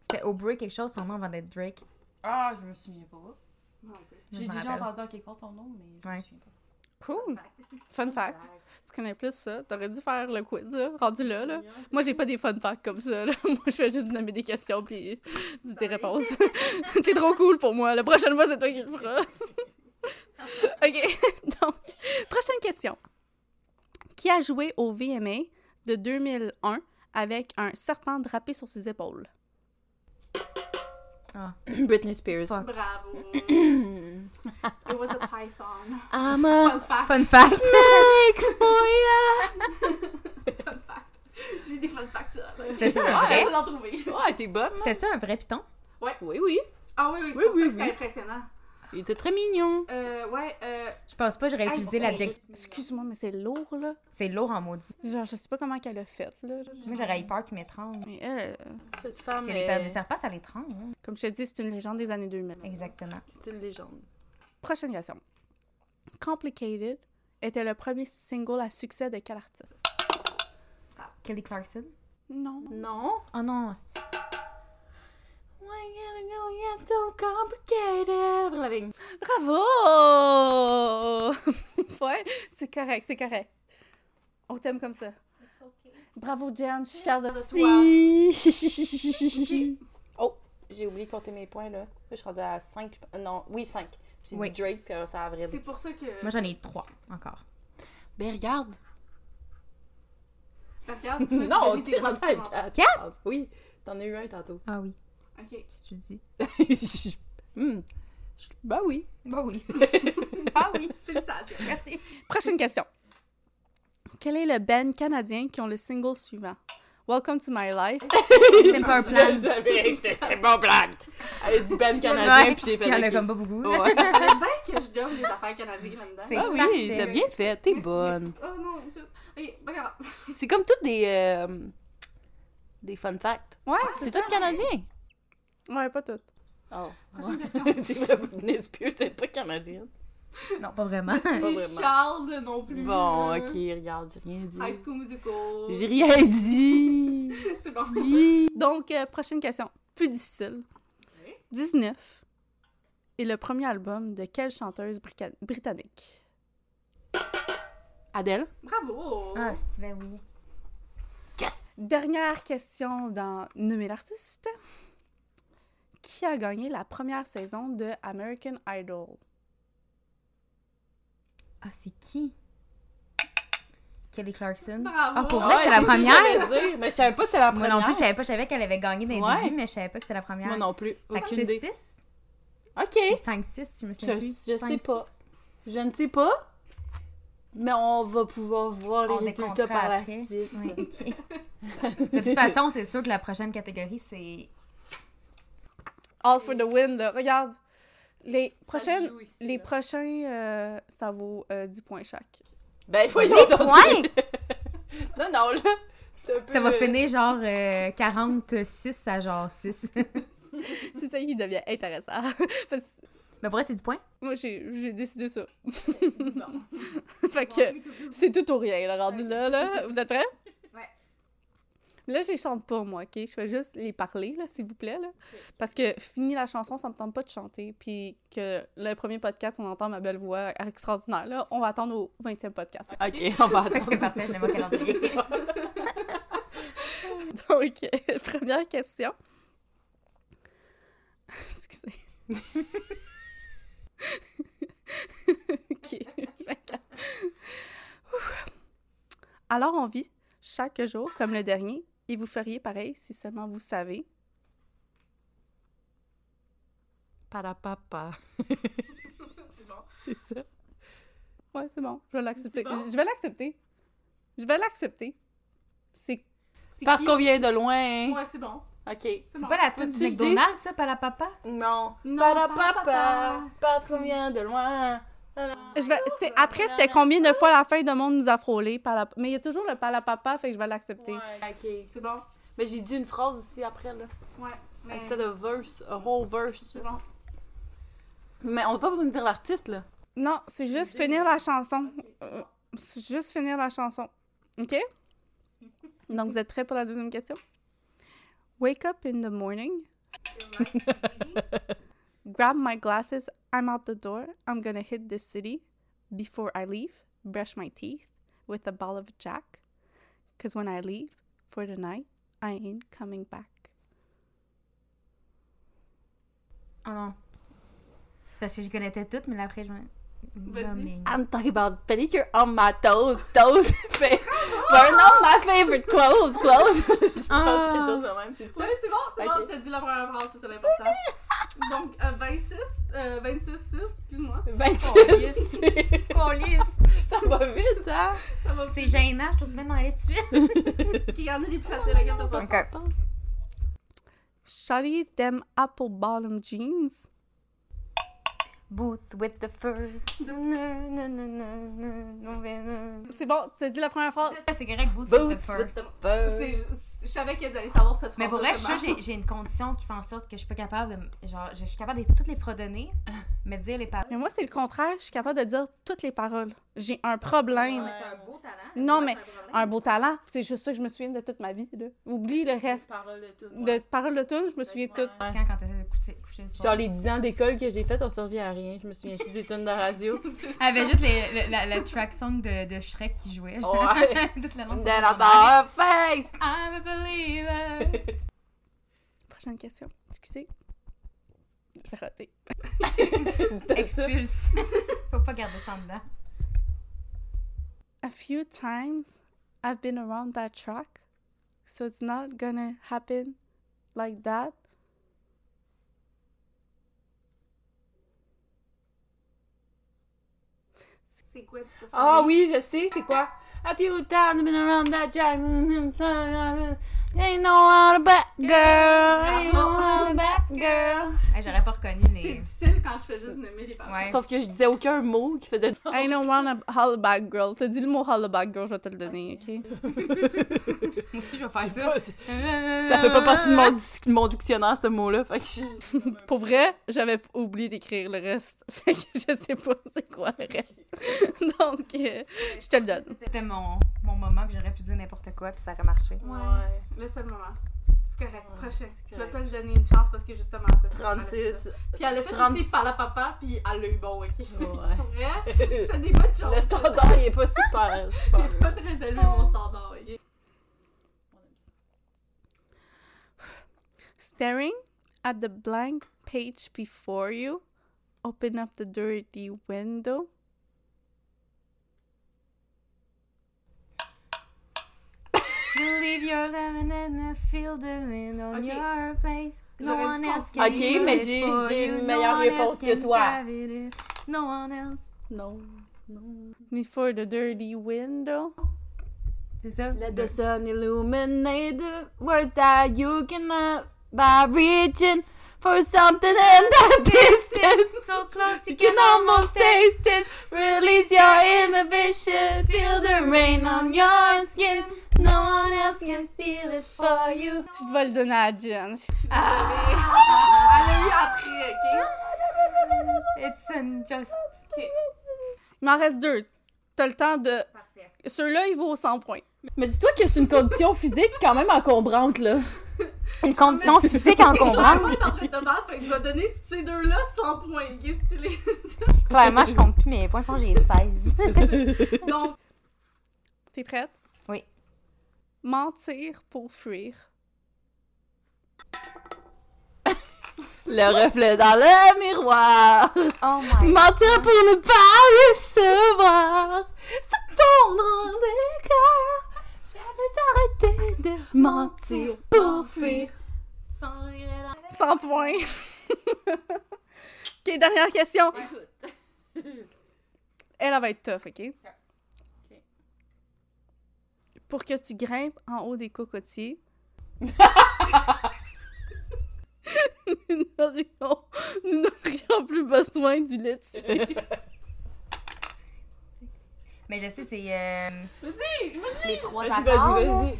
Speaker 1: C'était Aubrey quelque chose, son nom avant d'être Drake.
Speaker 4: Ah, je me souviens pas.
Speaker 1: Je me rappelle.
Speaker 4: en quelque part son nom, mais
Speaker 1: Ouais.
Speaker 4: souviens pas.
Speaker 3: Cool. Fun fact. Tu connais plus ça. T'aurais dû faire le quiz, là, rendu là, là. Moi, j'ai pas des fun facts comme ça, là. Moi, je fais juste nommer des questions puis dire des réponses. T'es trop cool pour moi. La prochaine fois, c'est toi qui le feras. OK. Donc, prochaine question. Qui a joué au VMA de 2001 avec un serpent drapé sur ses épaules?
Speaker 8: Britney Spears.
Speaker 1: Fuck.
Speaker 7: Bravo. It was a python.
Speaker 8: I'm a
Speaker 7: Fun fact.
Speaker 1: Fun fact.
Speaker 8: snake for
Speaker 7: Fun fact. J'ai des fun facts. là.
Speaker 1: C'est ça,
Speaker 7: Ah,
Speaker 1: vrai?
Speaker 7: j'essaie d'en trouver.
Speaker 2: you. Ouais, t'es Oh, bonne. moi.
Speaker 1: C'est ça un vrai piton?
Speaker 2: Oui, oui.
Speaker 7: Ah oui, oui, c'est
Speaker 2: Oui,
Speaker 7: pour
Speaker 2: oui,
Speaker 7: ça que c'était
Speaker 2: oui.
Speaker 7: impressionnant.
Speaker 2: Il était très mignon.
Speaker 7: Euh, ouais, euh...
Speaker 1: Je pense pas que j'aurais
Speaker 7: hey,
Speaker 1: utilisé
Speaker 7: c'est-
Speaker 1: l'adjectif.
Speaker 3: Excuse-moi, mais c'est lourd, là.
Speaker 1: C'est lourd en maudit.
Speaker 3: Genre, je sais pas comment qu'elle a fait, là.
Speaker 1: Moi, j'aurais eu peur qu'il m'étrangle.
Speaker 3: Mais elle, euh,
Speaker 2: Cette femme
Speaker 1: C'est les paires de serpents, ça l'étrangle. hein.
Speaker 3: comme je te dis, c'est une légende des années 2000.
Speaker 1: Exactement.
Speaker 2: C'est une légende.
Speaker 3: Prochaine question. Complicated était le premier single à succès de quel artiste?
Speaker 1: Kelly Clarkson?
Speaker 3: Non.
Speaker 2: Non.
Speaker 1: Oh non, c'est-
Speaker 2: We gotta go get so complicated. Lavigne.
Speaker 3: Bravo! ouais, c'est correct, c'est correct. On t'aime comme ça. Bravo, Jen, je suis fière de toi.
Speaker 2: Si. oh, j'ai oublié de compter mes points là. Là, Je suis rendue à 5. Non, oui, 5. J'ai
Speaker 1: Oui.
Speaker 2: dit Drake, puis euh, ça a avril.
Speaker 7: C'est pour ça que...
Speaker 1: moi j'en ai trois encore.
Speaker 2: Ben regarde.
Speaker 7: Ben, regarde, tu as
Speaker 2: non,
Speaker 7: donné
Speaker 2: t'es
Speaker 7: tes
Speaker 2: rendu
Speaker 7: points
Speaker 2: à
Speaker 7: supplémentaires.
Speaker 2: 4. Oui, t'en as eu un tantôt.
Speaker 1: Ah oui,
Speaker 7: Ok.
Speaker 1: si tu dis.
Speaker 2: Hmm. Ben oui.
Speaker 1: Bah oui. ah oui.
Speaker 7: Félicitations.
Speaker 1: Merci.
Speaker 3: Prochaine question. Quel est le band canadien qui ont le single suivant? Welcome to my life.
Speaker 1: Simple
Speaker 2: Je
Speaker 1: plan.
Speaker 2: savais, c'était un bon blague. Elle a dit Ben canadien,
Speaker 1: Ouais,
Speaker 2: puis j'ai fait
Speaker 1: Il y en a
Speaker 2: ok.
Speaker 1: comme pas beaucoup. là.
Speaker 2: Ouais.
Speaker 7: Fallait bien que je gomme les affaires canadiennes là-dedans.
Speaker 1: C'est
Speaker 2: Ah oui,
Speaker 1: parfait.
Speaker 2: t'as bien fait, t'es bonne.
Speaker 7: Oh non, je... Ok, pas grave.
Speaker 2: C'est comme toutes des euh, des fun facts.
Speaker 3: Ouais,
Speaker 2: C'est tout canadien.
Speaker 3: ouais, pas tout.
Speaker 2: Oh.
Speaker 7: Prochaine question.
Speaker 2: c'est vrai, Britney Spears, c'est pas canadienne.
Speaker 1: Non, pas vraiment.
Speaker 2: Pas
Speaker 7: Ni
Speaker 2: vraiment.
Speaker 7: Charles non plus.
Speaker 2: Bon,
Speaker 7: euh,
Speaker 2: ok, regarde, j'ai rien dit.
Speaker 7: High School Musical.
Speaker 2: J'ai rien dit.
Speaker 7: C'est bon.
Speaker 3: Donc, euh, prochaine question. Plus difficile. 19 est le premier album de quelle chanteuse brica- britannique?
Speaker 2: Adèle?
Speaker 7: Bravo.
Speaker 1: Ah, si ben oui.
Speaker 3: Dernière question dans Nommer l'artiste. Qui a gagné la première saison de American Idol?
Speaker 1: Ah, c'est qui? Kelly Clarkson.
Speaker 7: Bravo.
Speaker 1: Ah, pour vrai, c'est la
Speaker 2: ça que
Speaker 1: première?
Speaker 2: j'allais dire, mais je savais pas que c'était la
Speaker 1: Moi
Speaker 2: première.
Speaker 1: non plus, je savais pas, je savais qu'elle avait gagné dans les
Speaker 2: Ouais.
Speaker 1: débuts, mais je savais pas que c'était la première.
Speaker 2: Moi non plus.
Speaker 1: Fait que
Speaker 2: Aucune
Speaker 1: c'est
Speaker 2: idée.
Speaker 1: 6 ou
Speaker 2: Ok,
Speaker 1: 5-6, je me
Speaker 2: Je-
Speaker 1: souviens plus.
Speaker 2: je sais
Speaker 1: 5-6.
Speaker 2: pas. je ne sais pas, mais on va pouvoir voir les
Speaker 1: On
Speaker 2: résultats
Speaker 1: décomptera
Speaker 2: par la
Speaker 1: après.
Speaker 2: suite.
Speaker 1: Oui, ok. De toute façon, c'est sûr que la prochaine catégorie, c'est
Speaker 3: All for the win, là. Regarde. Les
Speaker 7: Ça se
Speaker 3: prochaines.
Speaker 7: joue ici,
Speaker 3: Les
Speaker 7: là.
Speaker 3: prochains, euh, ça vaut euh, 10 points chaque.
Speaker 2: Ben voyons
Speaker 1: Des
Speaker 2: donc.
Speaker 1: points!
Speaker 2: Non, non, là. c'est un peu,
Speaker 1: Ça va
Speaker 2: euh,
Speaker 1: finir genre euh, 46 à genre 6.
Speaker 3: C'est ça qui devient intéressant. Parce que
Speaker 1: Mais pour vrai, c'est 10 points?
Speaker 3: moi, j'ai j'ai décidé ça.
Speaker 7: Bon.
Speaker 3: fait que c'est tout ou rien, là, rendu là, là. Vous êtes prêts?
Speaker 1: Ouais.
Speaker 3: Là, je les chante pas, moi, OK? Je fais juste les parler, là, s'il vous plaît, là. Parce que fini la chanson, ça me tente pas de chanter. Puis que le premier podcast, on entend ma belle voix extraordinaire, là. On va attendre au 20e podcast.
Speaker 2: Ok, on va
Speaker 1: Fait que c'est
Speaker 2: attendre.
Speaker 1: parfait, je mets mon calendrier.
Speaker 3: Donc, euh, première question. Excusez. ok. je me calme. Ouh. Alors, on vit chaque jour comme le dernier et vous feriez pareil si seulement vous savez.
Speaker 2: Parapapa.
Speaker 7: C'est bon.
Speaker 2: C'est ça.
Speaker 3: Ouais, c'est bon, je vais l'accepter.
Speaker 7: C'est bon?
Speaker 3: Je je vais l'accepter. Je vais l'accepter. C'est.
Speaker 7: C'est
Speaker 2: Parce
Speaker 7: qui?
Speaker 2: qu'on vient de loin.
Speaker 7: Ouais, c'est bon.
Speaker 2: Ok.
Speaker 7: C'est bon.
Speaker 1: C'est pas la toute
Speaker 2: Faut-tu
Speaker 1: du
Speaker 2: que je dise?
Speaker 1: McDonald's, ça, par la papa?
Speaker 2: Non.
Speaker 7: Non,
Speaker 2: Parapapa.
Speaker 7: parapapa.
Speaker 2: Parce qu'on vient de loin.
Speaker 3: Je vais... c'est... Après, c'était combien de fois la fin de monde nous a frôlés? par la- Mais il y a toujours le palapapa, fait que je vais l'accepter.
Speaker 2: Ok.
Speaker 7: C'est bon.
Speaker 2: Mais j'ai dit une phrase aussi après, là.
Speaker 7: Ouais. Mais...
Speaker 2: Instead of verse, a whole verse.
Speaker 7: C'est bon.
Speaker 2: Mais on n'a pas besoin de dire l'artiste, là.
Speaker 3: Non, c'est juste finir la chanson.
Speaker 7: Ok, c'est
Speaker 3: Euh,
Speaker 7: bon.
Speaker 3: C'est juste finir la chanson. OK? Donc, vous êtes prêts pour la deuxième question? Wake up in the morning. Grab my glasses. I'm out the door. I'm gonna hit this city. Before I leave, brush my teeth with a ball of jack. Cause when I leave for the night, I ain't coming back.
Speaker 1: Ah non. Parce que je connaissais toutes, mais là, après, je me.
Speaker 9: Vas-y.
Speaker 1: Bombing.
Speaker 2: I'm talking about pedicure on my toes, toes. fait, Burn on my favorite clothes, clothes. Je pense
Speaker 1: Ah.
Speaker 2: quelque chose de même, c'est ça.
Speaker 9: Ouais, c'est bon, Oh, c'est
Speaker 2: Ok.
Speaker 9: bon, t'as dit la première phrase, c'est ça l'important. Donc, euh, 26, euh, 26, 6, excuse-moi.
Speaker 2: Ben, 26.
Speaker 1: Qu'on lisse.
Speaker 2: ça va vite, hein?
Speaker 9: Ça va
Speaker 1: C'est gênant, je trouve que maintenant, aller tout de suite.
Speaker 9: Il y en a des plus faciles, regarde ton pas.
Speaker 1: Ok.
Speaker 3: Shawty them apple bottom jeans.
Speaker 1: Booth with the fur. Na, na, na, na, na, na, na.
Speaker 3: C'est bon, tu as dit la première phrase.
Speaker 1: Ça, c'est correct, booth, with Ah, the
Speaker 2: Boots
Speaker 1: fur.
Speaker 2: with the fur.
Speaker 9: C'est- Je je savais qu'elle allait savoir cette phrase.
Speaker 1: Mais pour vrai, je suis sûre, j'ai- j'ai une condition qui fait en sorte que je suis pas capable de. Genre, je suis capable de toutes les fredonner, mais de dire les paroles.
Speaker 3: Mais moi, c'est le contraire. Je suis capable de dire toutes les paroles. J'ai un problème.
Speaker 2: Ouais.
Speaker 1: un beau talent.
Speaker 3: Non, mais un beau talent, c'est juste ça que je me souviens de toute ma vie. Là. Oublie le reste. De paroles de tout, je me souviens de tout.
Speaker 1: C'est quand, quand t'essaies de coucher, coucher le soir.
Speaker 2: Genre les 10 ans d'école que j'ai faites ont servi à rien. Je me souviens juste des tunes de radio.
Speaker 1: Elle avait Ah, ben, juste les- le- la, la track song de, de Shrek qui jouait.
Speaker 9: Oh,
Speaker 2: Ouais.
Speaker 1: Toute la
Speaker 2: Dans
Speaker 1: longue
Speaker 2: our face!
Speaker 1: I'm a believer.
Speaker 3: Prochaine question. Excusez. Je vais rater.
Speaker 2: C'était ça.
Speaker 1: Expulse. Faut pas garder ça en dedans.
Speaker 3: A few times I've been around that track, so it's not gonna happen like that.
Speaker 9: C'est quoi, tu peux faire
Speaker 2: Ah
Speaker 9: des-
Speaker 2: oui, je sais, c'est quoi? A few times I've been around that jack. Ain't no other bad girl. Ain't no other bad girl.
Speaker 1: Hey, J'aurais pas reconnu
Speaker 9: C'est
Speaker 1: les.
Speaker 9: difficile quand je fais juste nommer les paroles.
Speaker 1: Ouais.
Speaker 2: Sauf que je disais aucun mot qui faisait du
Speaker 3: I know one hollaback girl. T'as dit le mot hollaback girl, je vais te le donner, ok?
Speaker 1: Moi aussi, je vais
Speaker 2: C'est
Speaker 1: faire ça.
Speaker 2: pas- Ça fait pas partie de mon, dis- mon dictionnaire, ce mot-là. Fait que je-
Speaker 3: Pour vrai, j'avais oublié d'écrire le reste. Fait que je sais pas c'est quoi le reste. Donc, euh, je te le donne.
Speaker 1: C'était mon, mon moment que j'aurais pu dire n'importe quoi puis ça aurait marché.
Speaker 9: Ouais. Le seul moment. C'est correct.
Speaker 2: Ouais,
Speaker 9: Prochain. Je
Speaker 2: c'est
Speaker 9: vais te
Speaker 2: correct.
Speaker 9: le donner une chance parce que justement, t'as fait mal à ça.
Speaker 2: 36.
Speaker 9: Puis elle a fait
Speaker 2: 36.
Speaker 9: aussi par la papa, puis elle l'a eu bon, ok.
Speaker 2: Ouais.
Speaker 9: Pour vrai,
Speaker 2: Le
Speaker 9: t'as des bonnes chances.
Speaker 2: standard, il est pas super.
Speaker 9: Il
Speaker 2: super.
Speaker 9: est pas très élevé, mon standard, ok.
Speaker 3: Staring at the blank page before you, open up the dirty window.
Speaker 1: You leave your lemonade and feel the wind on
Speaker 9: Ok.
Speaker 1: your place. No
Speaker 9: J'aurais
Speaker 1: one
Speaker 9: dû
Speaker 1: else
Speaker 2: comprendre.
Speaker 1: can
Speaker 2: Ok,
Speaker 1: do
Speaker 2: mais
Speaker 1: it
Speaker 2: j'ai-
Speaker 1: for
Speaker 2: j'ai
Speaker 1: you.
Speaker 2: une
Speaker 1: No
Speaker 2: meilleure
Speaker 1: one
Speaker 2: réponse
Speaker 1: else
Speaker 2: que
Speaker 1: can
Speaker 2: toi.
Speaker 1: carry it. No one else.
Speaker 2: Non. Non.
Speaker 3: Before the dirty window.
Speaker 1: C'est ça?
Speaker 2: Let the sun illuminate the words that you can make by reaching for something in the distance.
Speaker 1: So close, you
Speaker 2: You can almost
Speaker 1: taste
Speaker 2: taste it. Release your inhibition. Feel the rain on your skin. No one else can feel it for you.
Speaker 3: Je dois le donner à Jen.
Speaker 9: Elle l'a eu après, ok?
Speaker 1: It's unjust.
Speaker 3: Il m'en reste deux. T'as le temps de.
Speaker 1: Parfait.
Speaker 3: Ceux-là, ils vaut 100 points.
Speaker 2: Mais dis-toi que c'est une condition physique quand même encombrante, là.
Speaker 1: Une condition physique
Speaker 9: Clairement,
Speaker 1: encombrante.
Speaker 9: elle est en train de te battre, fait que je vais donner ces deux-là 100 points, ok? Si tu les.
Speaker 1: Clairement, je compte plus mes points. Je pense que j'ai 16.
Speaker 9: Donc,
Speaker 3: T'es prête?
Speaker 1: Oui.
Speaker 3: Mentir pour fuir.
Speaker 2: Le reflet dans le miroir.
Speaker 1: Oh my
Speaker 2: Mentir pour ne pas recevoir. Se fondre des cœurs. J'avais arrêté de mentir pour fuir.
Speaker 3: 100 points. ok, dernière question. Elle, elle va être tough, ok? Pour que tu grimpes en haut des cocotiers. nous n'aurions nous n'aurions plus besoin du laitier.
Speaker 1: Mais je sais, c'est. euh, Les trois
Speaker 2: Vas-y,
Speaker 1: accords,
Speaker 2: vas-y,
Speaker 1: là.
Speaker 2: vas-y.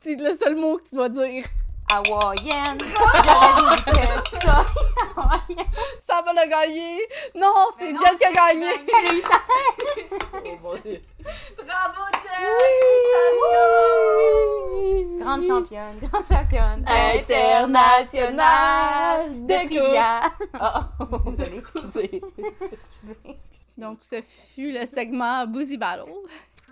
Speaker 3: C'est le seul mot que tu dois dire.
Speaker 1: Hawaïenne.
Speaker 3: Ça va le gagner. Non, c'est
Speaker 1: non,
Speaker 3: Jen qui a gagné.
Speaker 2: Oh, bon, c'est-
Speaker 9: bravo, Jen!
Speaker 1: Grande championne. Grande championne.
Speaker 2: International
Speaker 1: De Cria.
Speaker 2: Ah, oh,
Speaker 1: Désolée.
Speaker 2: excusez.
Speaker 1: Excusez.
Speaker 3: Donc, ce fut le segment Boozy Battle.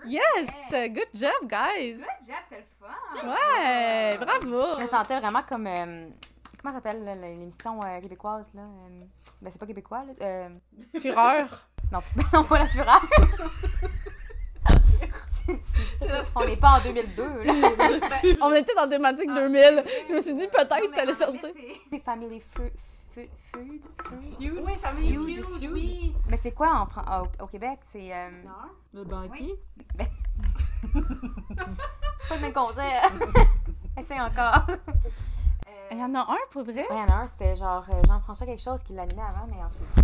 Speaker 3: Yes! Good job, guys!
Speaker 1: Jab, c'est le fun.
Speaker 3: Ouais! Bravo!
Speaker 1: Je me sentais vraiment comme. euh, Comment ça s'appelle là, l'émission euh, québécoise là Euh, Ben c'est pas québécois là. Euh,
Speaker 3: Fureur.
Speaker 1: non, non pas la Fureur.
Speaker 5: C'est la-
Speaker 1: On n'est pas en 2002 là.
Speaker 3: On était dans thématique 2000. Je me suis dit peut-être
Speaker 1: Non, mais
Speaker 3: t'allais
Speaker 1: en anglais,
Speaker 3: sortir.
Speaker 1: c'est- C'est Family Fu- Fu- Food. Food?
Speaker 5: Feud. Oui, Family
Speaker 1: Feud,
Speaker 5: Feud,
Speaker 1: Feud.
Speaker 5: oui.
Speaker 1: Mais c'est quoi en Fran- au, au Québec C'est euh,
Speaker 5: Non.
Speaker 4: Le banquier.
Speaker 1: pas le même concept. Essaye encore. Euh,
Speaker 3: Il y en a un pour vrai.
Speaker 1: ouais, il y en a un, c'était genre euh, Jean-François quelque chose qui l'animait avant, mais en tout cas.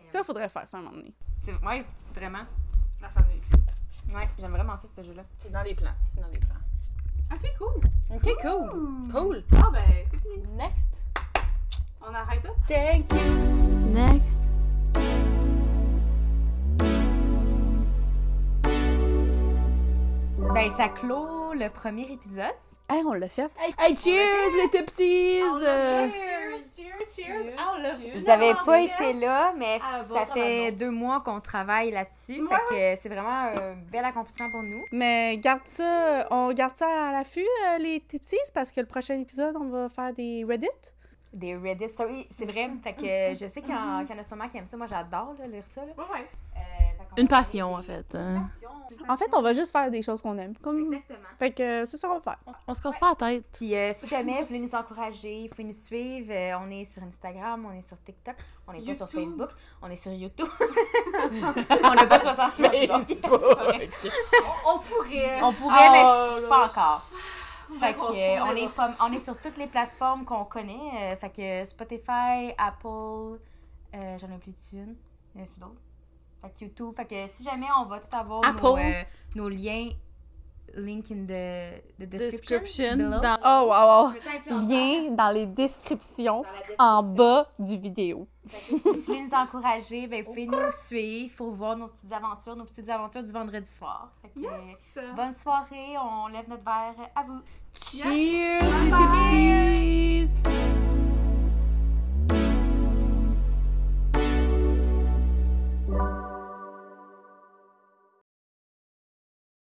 Speaker 3: Ça, faudrait faire ça un moment donné.
Speaker 1: c'est- Ouais, vraiment.
Speaker 5: La Family Feud.
Speaker 1: Ouais, j'aime vraiment ça, ce jeu-là.
Speaker 4: C'est dans les plans. C'est dans les plans.
Speaker 5: Ok, cool.
Speaker 4: Ok, cool. Cool.
Speaker 5: Ah, ben, c'est fini.
Speaker 4: Next.
Speaker 5: On arrête là.
Speaker 4: Thank you.
Speaker 2: Next.
Speaker 1: Ben, ça clôt le premier épisode.
Speaker 3: Hey, on l'a fait.
Speaker 4: Hey, cheers, les tipsies! euh,
Speaker 5: Cheers, cheers, cheers.
Speaker 4: Cheers,
Speaker 5: Ah, on l'a
Speaker 1: Vous
Speaker 5: vraiment
Speaker 1: n'avez pas
Speaker 5: fait.
Speaker 1: été là, mais
Speaker 5: Ah, bon,
Speaker 1: ça
Speaker 5: vraiment
Speaker 1: fait deux mois qu'on travaille là-dessus.
Speaker 5: Ouais,
Speaker 1: Fait que c'est vraiment un bel accomplissement pour nous.
Speaker 3: Mais garde ça, on garde ça à l'affût, euh, les tipsies, parce que le prochain épisode, on va faire des Reddit.
Speaker 1: Des Reddit stories, c'est vrai. Fait que je sais qu'il y,
Speaker 5: Mm-hmm.
Speaker 1: en qu'il y en a sûrement qui aiment ça. Moi, j'adore là, lire ça. là.
Speaker 5: Ouais, ouais.
Speaker 1: Euh, fait qu'on
Speaker 4: Une
Speaker 1: va
Speaker 4: passion, en
Speaker 1: parler
Speaker 4: fait.
Speaker 1: des-
Speaker 4: hein.
Speaker 1: Passion.
Speaker 3: En fait, on va juste faire des choses qu'on aime. Comme...
Speaker 1: Exactement.
Speaker 3: Fait que euh, c'est ça qu'on va faire.
Speaker 4: On se casse pas la tête.
Speaker 1: Puis euh, si jamais vous voulez nous encourager, vous pouvez nous suivre. Euh, on est sur Instagram, on est sur TikTok, on est pas sur
Speaker 5: YouTube.
Speaker 1: Facebook, on est sur YouTube. on n'a pas 60
Speaker 5: On pourrait. Oh,
Speaker 1: On pourrait, mais je- pas encore. Fait que, euh, on, est pas- on est sur toutes les plateformes qu'on connaît. euh, fait que Spotify, Apple, euh, j'en ai oublié une. Il y en a-tu d'autres? Fait que YouTube. Fait que si jamais on va tout avoir nos,
Speaker 4: Apple.
Speaker 1: euh, nos liens, link in the, the description. below.
Speaker 4: Dans...
Speaker 3: Oh, wow,
Speaker 1: Je veux ça
Speaker 3: wow.
Speaker 1: influencer
Speaker 3: Lien dans les descriptions
Speaker 1: dans la description.
Speaker 3: en bas du vidéo.
Speaker 1: Fait que Si vous voulez nous encourager, ben, vous pouvez nous suivre pour voir nos petites aventures, nos petites aventures du vendredi soir. Fait que, euh,
Speaker 5: Yes.
Speaker 1: bonne soirée, on lève notre verre à vous.
Speaker 5: Yes.
Speaker 3: Cheers!